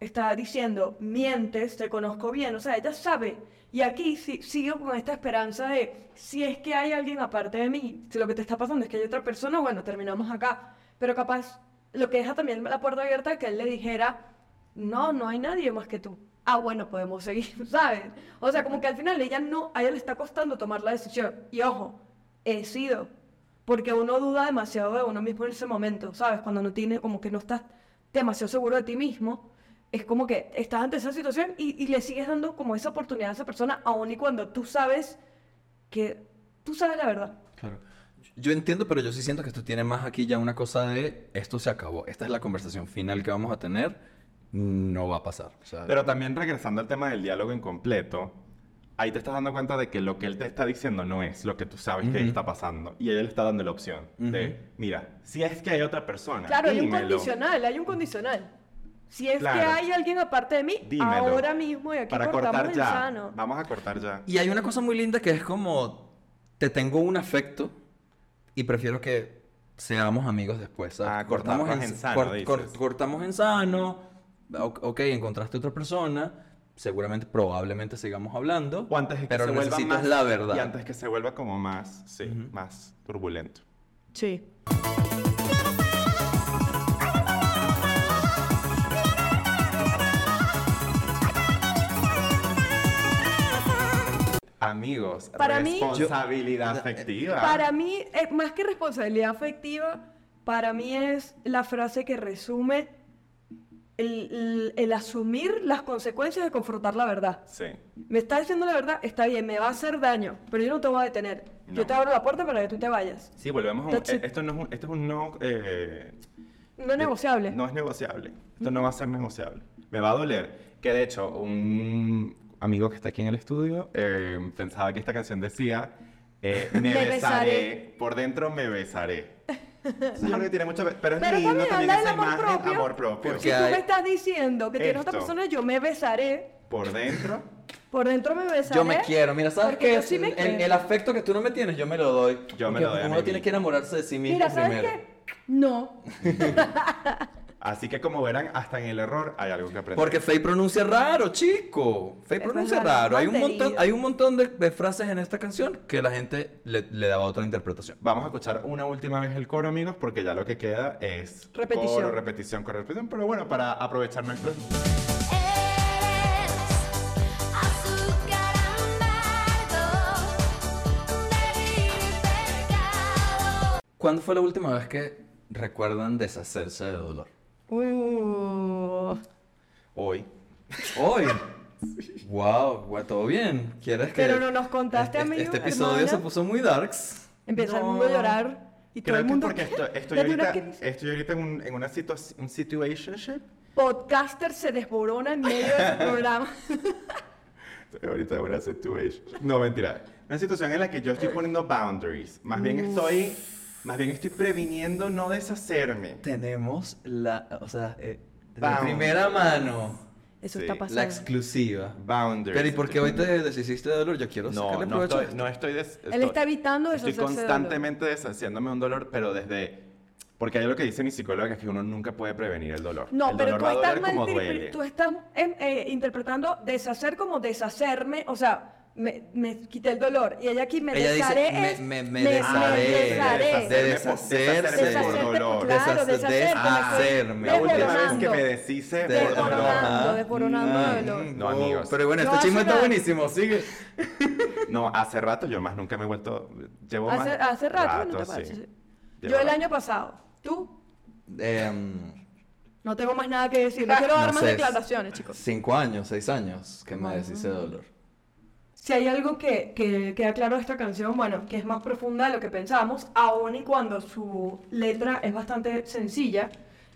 está diciendo, mientes, te conozco bien, o sea, ella sabe. Y aquí sí, sigo con esta esperanza de, si es que hay alguien aparte de mí, si lo que te está pasando es que hay otra persona, bueno, terminamos acá. Pero capaz, lo que deja también la puerta abierta es que él le dijera, no, no hay nadie más que tú. Ah, bueno, podemos seguir, ¿sabes? O sea, como que al final ella no, a ella le está costando tomar la decisión. Y ojo, he sido. Porque uno duda demasiado de uno mismo en ese momento, ¿sabes? Cuando no tiene, como que no estás demasiado seguro de ti mismo, es como que estás ante esa situación y, y le sigues dando como esa oportunidad a esa persona, aun y cuando tú sabes que tú sabes la verdad.
Claro. Yo entiendo, pero yo sí siento que esto tiene más aquí ya una cosa de esto se acabó. Esta es la conversación final que vamos a tener. No va a pasar. O sea,
Pero también regresando al tema del diálogo incompleto, ahí te estás dando cuenta de que lo que él te está diciendo no es lo que tú sabes que
Ujú.
está pasando. Y ella le está dando la opción
Ujú.
de, mira, si es que hay otra persona,
Claro, hay un
dímelo.
condicional, hay un condicional. Si es que
Claro.
hay alguien aparte de mí,
Dímelo.
ahora mismo y aquí
Para
cortamos
cortar
el
ya.
sano.
Vamos a cortar ya.
Y hay una cosa muy linda que es como, te tengo un afecto y prefiero que seamos amigos después. ¿sabes?
Ah, cortamos en sano, dices.
cortamos en sano, o- ok, encontraste otra persona, seguramente, probablemente sigamos hablando,
O antes de que
pero
se vuelva
necesitas
más
la verdad.
Y antes que se vuelva como más, sí, más turbulento.
Sí.
Amigos,
Para mí-
responsabilidad afectiva.
Para mí, eh, más que responsabilidad afectiva, para mí es la frase que resume el, el- el asumir las consecuencias de confrontar la verdad.
Sí.
Me está diciendo la verdad, está bien, me va a hacer daño, pero yo no te voy a detener.
No.
Yo te abro la puerta para que tú te vayas.
Sí, volvemos a un, e-,
That's it.
esto no es un, esto es un no eh,
No es negociable.
No es negociable. Esto no va a ser negociable. Me va a doler. Que de hecho, un amigo que está aquí en el estudio eh, pensaba que esta canción decía: eh, Me,
Me
besaré.
besaré.
por dentro me besaré. Es algo que tiene mucho. Pero es
Pero
lindo
también
también
habla del
esa
amor
imagen,
propio.
amor propio.
si
Porque-
tú
hay-
me estás diciendo que tienes otra
Esto.
persona, yo me besaré,
Por dentro.
por dentro me besaré.
Yo me quiero, mira, ¿sabes
porque
qué?
yo sí me
el,
quiero.
el afecto que tú no me tienes, yo me lo doy.
Yo me
Porque
lo doy a
Uno
mí
tiene
mismo.
que enamorarse de sí mismo
Mira, ¿sabes
primero.
qué? No.
Así que como verán, hasta en el error hay algo que aprender.
Porque Faye pronuncia raro, chico. Faye
Es
pronuncia
verdad,
raro. Hay un
mantenido.
montón, hay un montón de, de frases en esta canción que la gente le, le daba otra interpretación.
Vamos a escuchar una última vez el coro, amigos, porque ya lo que queda es
Repetición.
coro, repetición, coro, repetición. Pero bueno, para aprovechar nuestro...
Eres azúcar amargo débil pecado
¿Cuándo fue la última vez que recuerdan deshacerse de dolor?
Uh,
Hoy.
Hoy. Wow, guau, todo bien. ¿Quieres que
Pero no nos contaste,
este,
amigo,
Este episodio
hermana.
se puso muy darks.
empieza el
No.
mundo a llorar y todo
Creo
el
que
mundo.
porque esto- estoy,
Date una
ahorita,
crisis.
estoy ahorita en, un- en una situación, un situationship.
Podcaster se desborona en medio de ese programa.
Estoy ahorita en una situation. No, mentira. Una situación en la que yo estoy poniendo boundaries. Más bien estoy, más bien estoy previniendo no deshacerme.
Tenemos la, o sea, eh, la
Vamos.
primera mano,
Eso
Sí.
está
La
la
pasando.
exclusiva.
Boundaries.
Pero ¿y por qué hoy te deshiciste de dolor? Yo quiero
No,
sacarle
no
provecho. a
estoy,
esto.
no estoy des-
Él está evitando deshacerse
Estoy
de dolor.
constantemente deshaciéndome de un dolor, pero desde... Porque hay lo que dice mi psicóloga, que es que uno nunca puede prevenir el dolor.
No,
el
pero
dolor
tú
va a doler
estás, mal-
como
pri- pri-
duele.
tú estás em, eh, interpretando deshacer como deshacerme, o sea, me, me quité el dolor. Y ella aquí me
Ella dice,
desharé.
me-
es-
me- me
desharé.
desharé.
De
deshacerse
deshacerse
por
Deshacerte,
dolor.
Claro,
Deshacer-
deshacerte, Ah, me estoy
deshacerme.
La última vez que
desboronando.
me deshice por dolor.
Desboronando,
Ah,
desboronando
ah,
de dolor.
Mm. No, amigos.
Pero bueno,
No,
este
hace
chisme está
rato.
buenísimo, sigue.
No, hace rato yo más nunca me he vuelto. Llevo
Hace,
más.
hace rato, ¿no te
sí.
parece?
Llevo
Yo el
rato.
año pasado, tú,
Em,
no tengo más nada que decir. No quiero dar
no
más
sé,
declaraciones, chicos.
Cinco años, seis años que me
Bueno.
deshice de dolor.
Si hay algo que, que queda claro de esta canción, bueno, que es más profunda de lo que pensamos, aun y cuando su letra es bastante sencilla,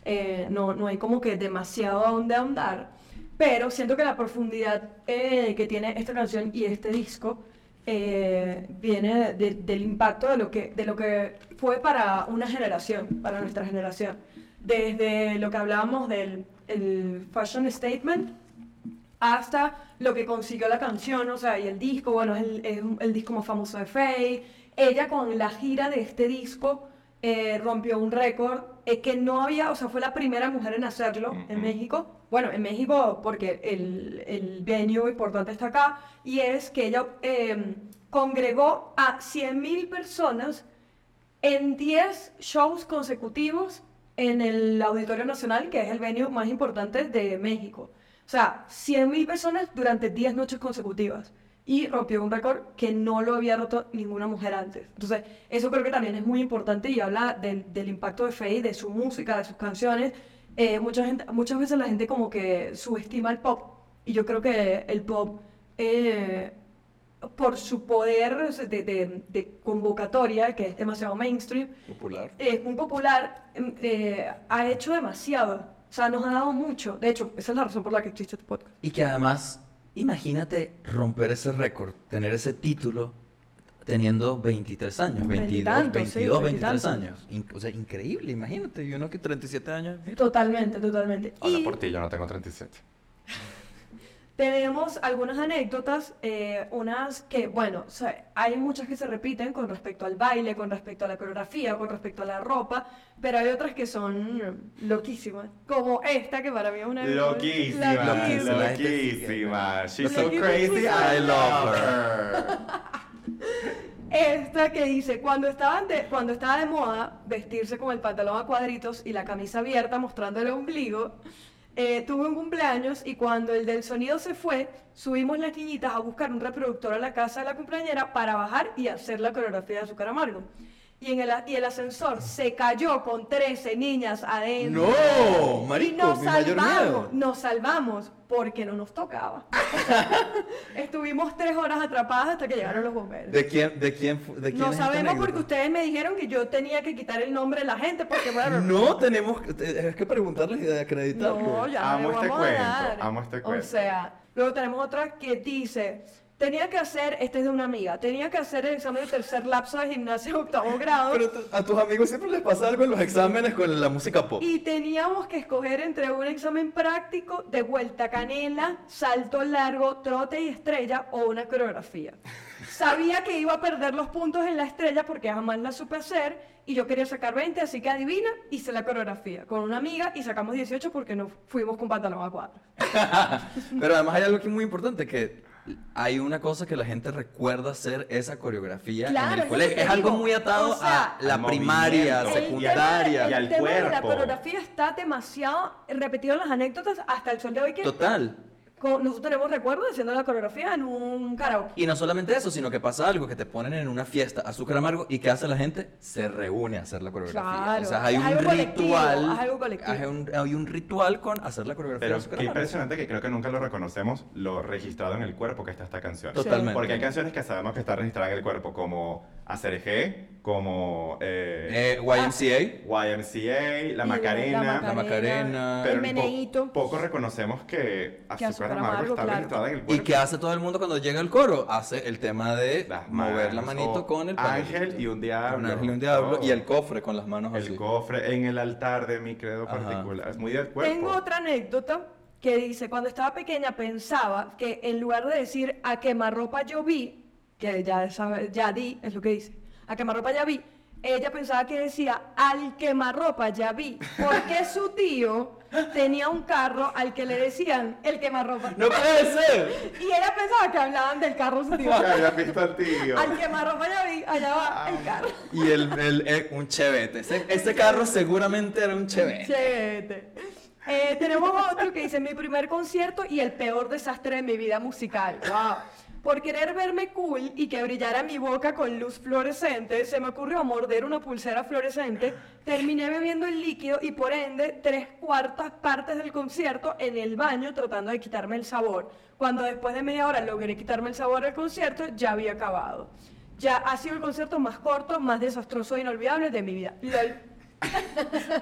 eh, no, no hay como que demasiado a dónde ahondar, pero siento que la profundidad eh, que tiene esta canción y este disco eh, viene de- del impacto de lo, que, de lo que fue para una generación, para nuestra generación. Desde lo que hablábamos del el fashion statement, hasta lo que consiguió la canción, o sea, y el disco, bueno, es el, es un- el disco más famoso de Faye. Ella con la gira de este disco eh, rompió un récord eh, que no había, o sea, fue la primera mujer en hacerlo en
Ujú.
México. Bueno, en México porque el, el venue importante está acá, y es que ella eh, congregó a 100.000 personas en 10 shows consecutivos en el Auditorio Nacional, que es el venue más importante de México. O sea, 100.000 personas durante 10 noches consecutivas. Y rompió un récord que no lo había roto ninguna mujer antes. Entonces, eso creo que también es muy importante y habla del, del impacto de Faye, de su música, de sus canciones. Eh, mucha gente, muchas veces la gente como que subestima el pop. Y yo creo que el pop eh, por su poder de, de- de convocatoria, que es demasiado mainstream,
Popular.
es muy popular, em, eh, ha hecho demasiado. O sea, nos ha dado mucho. De hecho, esa es la razón por la que existe este podcast.
Y que además, imagínate romper ese récord, tener ese título teniendo 23 años,
Veintitantos,
22,
sí,
22, 23
veintitantos.
años. In- o sea, increíble, imagínate. Y uno que 37 años. mira.
Totalmente, totalmente.
Habla
Y-
por ti, yo no tengo 37.
Tenemos algunas anécdotas, eh, unas que, bueno, o sea, hay muchas que se repiten con respecto al baile, con respecto a la coreografía, con respecto a la ropa, pero hay otras que son mm, loquísimas, como esta que para mí es una...
Loquísima,
Loquísima.
loquísima. She's so crazy, I love her.
Esta que dice, cuando, estaban de- cuando estaba de moda vestirse con el pantalón a cuadritos y la camisa abierta mostrando el ombligo, eh, tuve un cumpleaños y cuando el del sonido se fue, subimos las niñitas a buscar un reproductor a la casa de la cumpleañera para bajar y hacer la coreografía de azúcar amargo. Y, en el, a- y el ascensor se cayó con 13 niñas adentro.
¡No!
Y
Marico,
nos
mi mayor
salvamos,
miedo.
nos salvamos porque no nos tocaba. Estuvimos tres horas atrapadas hasta que llegaron los bomberos.
¿De quién, de quién, fu- de quién
No
es esta
sabemos porque
anécdota?
ustedes me dijeron que yo tenía que quitar el nombre de la gente porque bueno,
No, tenemos que- te- es que preguntarles y pues. de acreditarlo.
no, ya no
Amo
le
este
vamos a
cuento,
dar.
amo este
O
cuento.
sea, luego tenemos otra que dice, Tenía que hacer, este es de una amiga, tenía que hacer el examen de tercer lapso de gimnasia de octavo grado.
Pero tu- a tus amigos siempre les pasa algo en los exámenes con la música pop.
Y teníamos que escoger entre un examen práctico de vuelta canela, salto largo, trote y estrella o una coreografía. Sabía que iba a perder los puntos en la estrella porque jamás la supe hacer y yo quería sacar 20, así que adivina, hice la coreografía con una amiga y sacamos 18 porque no fuimos con pantalón a cuadro.
Pero además hay algo aquí muy importante que hay una cosa que la gente recuerda hacer esa coreografía
Claro,
en
es
el
lo
colegio.
que te
Es algo
digo.
muy atado
O sea,
a la
Al
primaria,
movimiento.
El tema
secundaria.
de-
y al
el tema de La
cuerpo.
coreografía está demasiado repetido en las anécdotas hasta el sol de hoy que
Total.
co- nosotros tenemos recuerdos haciendo la coreografía en un karaoke.
Y no solamente eso, sino que pasa algo, que te ponen en una fiesta azúcar amargo y que hace la gente? Se reúne a hacer la coreografía.
Claro,
o sea, hay
es
un
algo colectivo,
ritual.
es algo colectivo.
Hay un, hay un ritual con hacer la coreografía de
Pero
azúcar
qué
amargo.
impresionante que creo que nunca lo reconocemos, lo registrado en el cuerpo que está esta canción.
Totalmente.
Porque hay canciones que sabemos que está registrada en el cuerpo, como Acerejé, como eh,
Eh, YMCA,
YMCA, La
Y
Macarena.
La Macarena.
Pero
el
po-
meneíto.
poco reconocemos que Azúcar,
Azúcar
Amargo,
Amargo,
está
claro.
registrada en el
¿Y
cuerpo.
qué hace todo el mundo cuando llega el coro? Hace el tema de
Las
mover la
manos,
manito
o
con el
ángel
palito.
y un diablo.
Un ángel y un diablo.
Oh.
Y el cofre con las manos así.
El cofre en el altar de mi credo
Ajá.
particular. Es muy del cuerpo.
Tengo otra anécdota que dice, cuando estaba pequeña pensaba que en lugar de decir a quemarropa yo vi, que ya, sabe- ya di, es lo que dice, a quemarropa ya vi, ella pensaba que decía al quemarropa ya vi, porque su tío tenía un carro al que le decían el quemarropa.
¡No puede ser!
Y ella pensaba que hablaban del carro su tío.
Ya había visto al tío.
al quemarropa ya vi, allá va el carro.
Y el, el- el- un chevete. Ese, ese carro seguramente era un chevete.
Chévere. Eh, tenemos otro que dice mi primer concierto y el peor desastre de mi vida musical. Wow. Por querer verme cool y que brillara mi boca con luz fluorescente, se me ocurrió morder una pulsera fluorescente, terminé bebiendo el líquido y por ende tres cuartas partes del concierto en el baño tratando de quitarme el sabor. Cuando después de media hora logré quitarme el sabor del concierto, ya había acabado. Ya ha sido el concierto más corto, más desastroso e inolvidable de mi vida. Lol.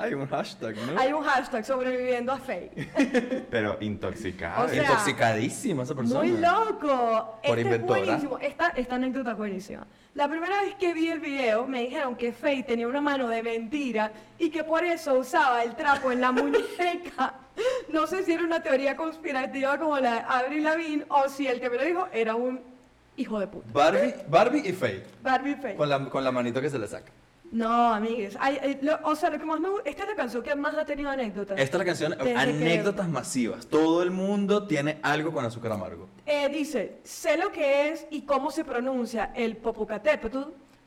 Hay un hashtag, ¿no?
Hay un hashtag sobreviviendo a fake.
Pero intoxicado.
O sea,
Intoxicadísima esa persona.
Muy loco.
Por
Este es
inventora.
buenísimo. Esta, esta anécdota es buenísima. La primera vez que vi el video me dijeron que Faye tenía una mano de mentira y que por eso usaba el trapo en la muñeca. No sé si era una teoría conspirativa como la de Avril Lavigne o si el que me lo dijo era un hijo de puta.
Barbie, Barbie y Faye.
Barbie Faye.
Con la, con la manito que se le saca.
No, amigues. Ay, ay, lo- o sea, lo que más me gusta. Esta es la canción que más ha tenido anécdotas.
Esta es la canción,
Desde que-
anécdotas masivas. Todo el mundo tiene algo con azúcar amargo.
Eh, dice, sé lo que es y cómo se pronuncia el Popocatépetl,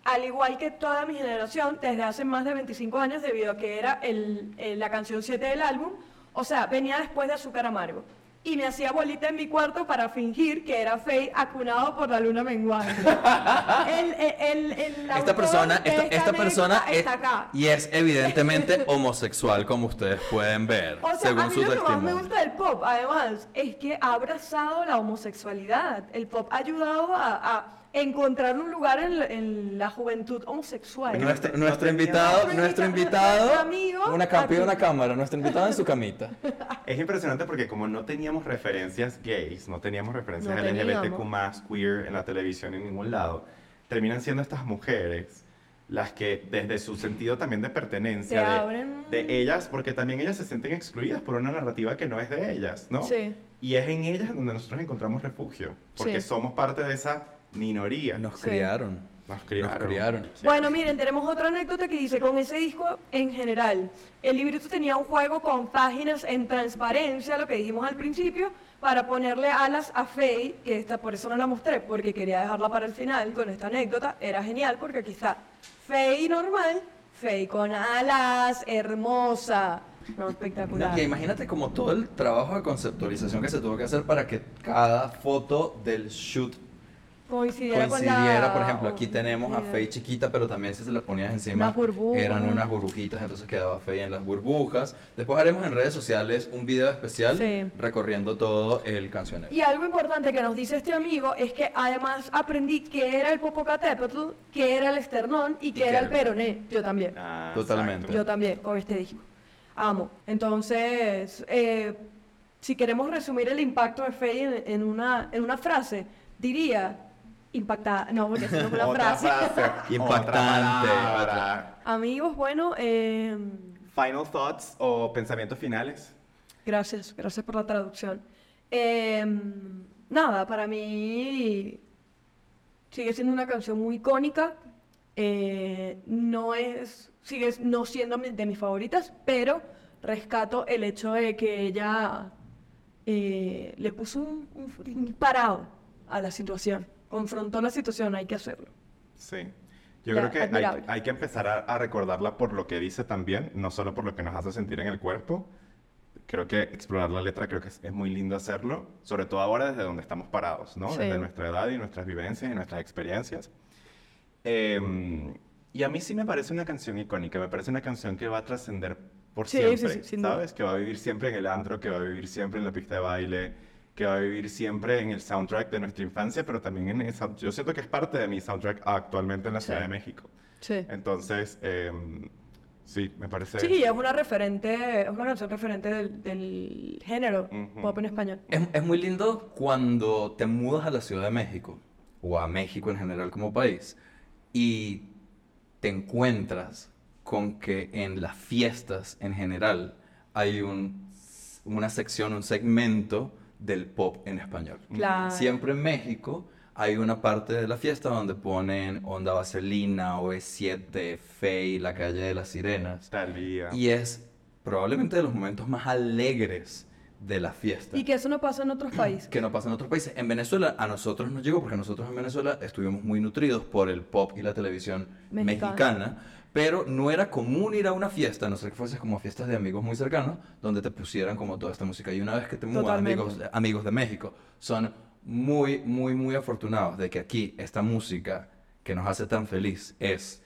al igual que toda mi generación desde hace más de 25 años debido a que era el- el- la canción 7 del álbum, o sea, venía después de Azúcar Amargo. Y me hacía bolita en mi cuarto para fingir que era Faye acunado por la luna menguante. El- el- el- el
Esta
autor
persona,
de
esta, esta
anécdota
persona es,
está acá.
y es evidentemente homosexual, como ustedes pueden ver,
O sea, a
según
mí
su
lo que más me
testimonio.
gusta del pop, además, es que ha abrazado la homosexualidad. El pop ha ayudado a, a encontrar un lugar en, la- en la juventud homosexual.
Nuestro,
No
nuestro
tenía-
invitado,
Nuestro
nuestro
invitado,
invitado,
nuestro amigo,
una campi-
aquí.
una cámara, nuestro invitado en su camita.
Es impresionante porque como no teníamos referencias gays, no teníamos referencias
No
LGBTQ
teníamos.
más queer en la televisión en ningún lado, terminan siendo estas mujeres las que desde su sentido también de pertenencia
Te
de,
abren.
de ellas, porque también ellas se sienten excluidas por una narrativa que no es de ellas, ¿no?
Sí.
Y es en ellas donde nosotros encontramos refugio, porque
Sí.
somos parte de esa minoría.
Nos
Sí.
criaron.
Nos criaron.
criaron.
Sí.
Bueno, miren, tenemos otra anécdota que dice, con ese disco en general, el librito tenía un juego con páginas en transparencia, lo que dijimos al principio, para ponerle alas a Faye, que esta, por eso no la mostré, porque quería dejarla para el final con esta anécdota, era genial, porque aquí está Faye normal, Faye con alas, hermosa, no, espectacular.
Y imagínate como todo el trabajo de conceptualización que se tuvo que hacer para que cada foto del shoot
Coincidiera, con la-
coincidiera. Por ejemplo, aquí tenemos a
Mira.
Faye chiquita, pero también si se la ponías encima
Unas burbujas.
eran unas burbujitas, entonces quedaba Faye en las burbujas. Después haremos en redes sociales un video especial
Sí.
recorriendo todo el cancionero.
Y algo importante que nos dice este amigo es que además aprendí que era el Popocatépetl, que era el esternón y que era el peroné. Yo también.
Ah,
Totalmente.
exacto.
Yo también con este disco. Amo. Entonces, eh, si queremos resumir el impacto de Faye en, en una, en una frase, diría impactada. No, porque eso no fue la
Otra
frase.
frase.
Impactante.
Otra palabra.
Amigos, bueno, em,
Final thoughts o pensamientos finales.
Gracias, gracias por la traducción. Em, nada, para mí sigue siendo una canción muy icónica. eh, no es, sigue no siendo mi- de mis favoritas, pero rescato el hecho de que ella eh, le puso un, un- un parado a la situación, confrontó la situación, hay que hacerlo.
Sí. Yo
Ya,
creo que hay,
admirable.
hay que empezar a, a recordarla por lo que dice también, no solo por lo que nos hace sentir en el cuerpo. Creo que explorar la letra creo que es, es muy lindo hacerlo, sobre todo ahora desde donde estamos parados, ¿no?
Sí.
Desde nuestra edad y nuestras vivencias y nuestras experiencias. Eh, y a mí sí me parece una canción icónica, me parece una canción que va a trascender por
Sí, sí,
siempre,
sí, sin duda.
¿sabes? Que va a vivir siempre en el antro, que va a vivir siempre en la pista de baile, que va a vivir siempre en el soundtrack de nuestra infancia, pero también en esa... Yo siento que es parte de mi soundtrack actualmente en la Ciudad de México.
Sí.
Entonces, em, sí, me parece...
Sí, es una referente, es una canción referente del, del género
Ujú.
pop en español.
Es, es muy lindo cuando te mudas a la Ciudad de México, o a México en general como país, y te encuentras con que en las fiestas en general hay un, una sección, un segmento del pop en español.
Claro.
Siempre en México hay una parte de la fiesta donde ponen Onda Vaselina, E OE7, FEI, La Calle de las Sirenas.
Thalía.
Y es probablemente de los momentos más alegres de la fiesta
Y que eso no pasa en otros países.
que no pasa en otros países. En Venezuela a nosotros nos llegó porque nosotros en Venezuela estuvimos muy nutridos por el pop y la televisión
Mexicana.
mexicana, pero no era común ir a una fiesta, a no ser que fueses como a fiestas de amigos muy cercanos, donde te pusieran como toda esta música. Y una vez que te mudas,
Totalmente.
amigos, amigos de México, son muy, muy, muy afortunados de que aquí esta música que nos hace tan feliz es...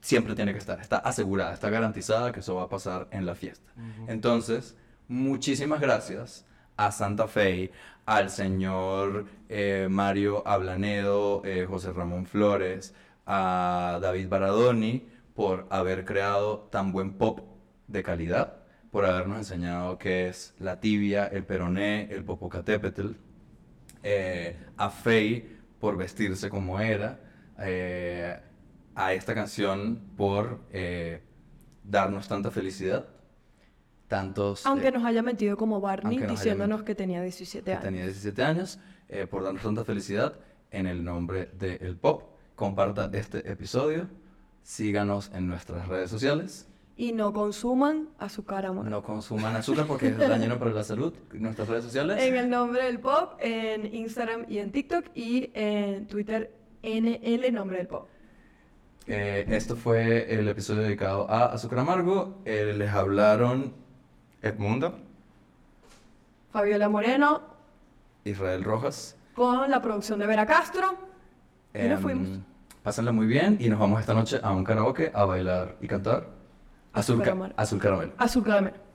Siempre tiene que estar, está asegurada, está garantizada que eso va a pasar en la fiesta. Entonces, muchísimas gracias a Santa Fe, al señor eh, Mario Ablanedo, eh, José Ramón Flores, a David Baradoni por haber creado tan buen pop de calidad, por habernos enseñado qué es la tibia, el peroné, el popocatépetl, eh, a Faye por vestirse como era, eh, a esta canción por eh, darnos tanta felicidad, tantos... eh,
Aunque nos haya mentido como Barney
Aunque nos haya
diciéndonos
mentido.
que tenía 17
que
años.
tenía 17 años, eh, por darnos tanta felicidad en el nombre del pop. Comparta este episodio, síganos en nuestras redes sociales,
Y no consuman azúcar, amor.
no consuman azúcar porque es dañino para la salud, nuestras redes sociales.
En el nombre del pop, en Instagram y en TikTok y en Twitter, NL Nombre del Pop.
Eh, esto fue el episodio dedicado a azúcar amargo. Eh, les hablaron
Edmundo.
Fabiola Moreno
Israel Rojas.
con la producción de Vera Castro. Y nos
Em,
fuimos.
Pásenla muy bien y nos vamos esta noche a un karaoke a bailar y cantar azúcar,
Azúcar amargo.
azul caramelo.
Azúcar, amor.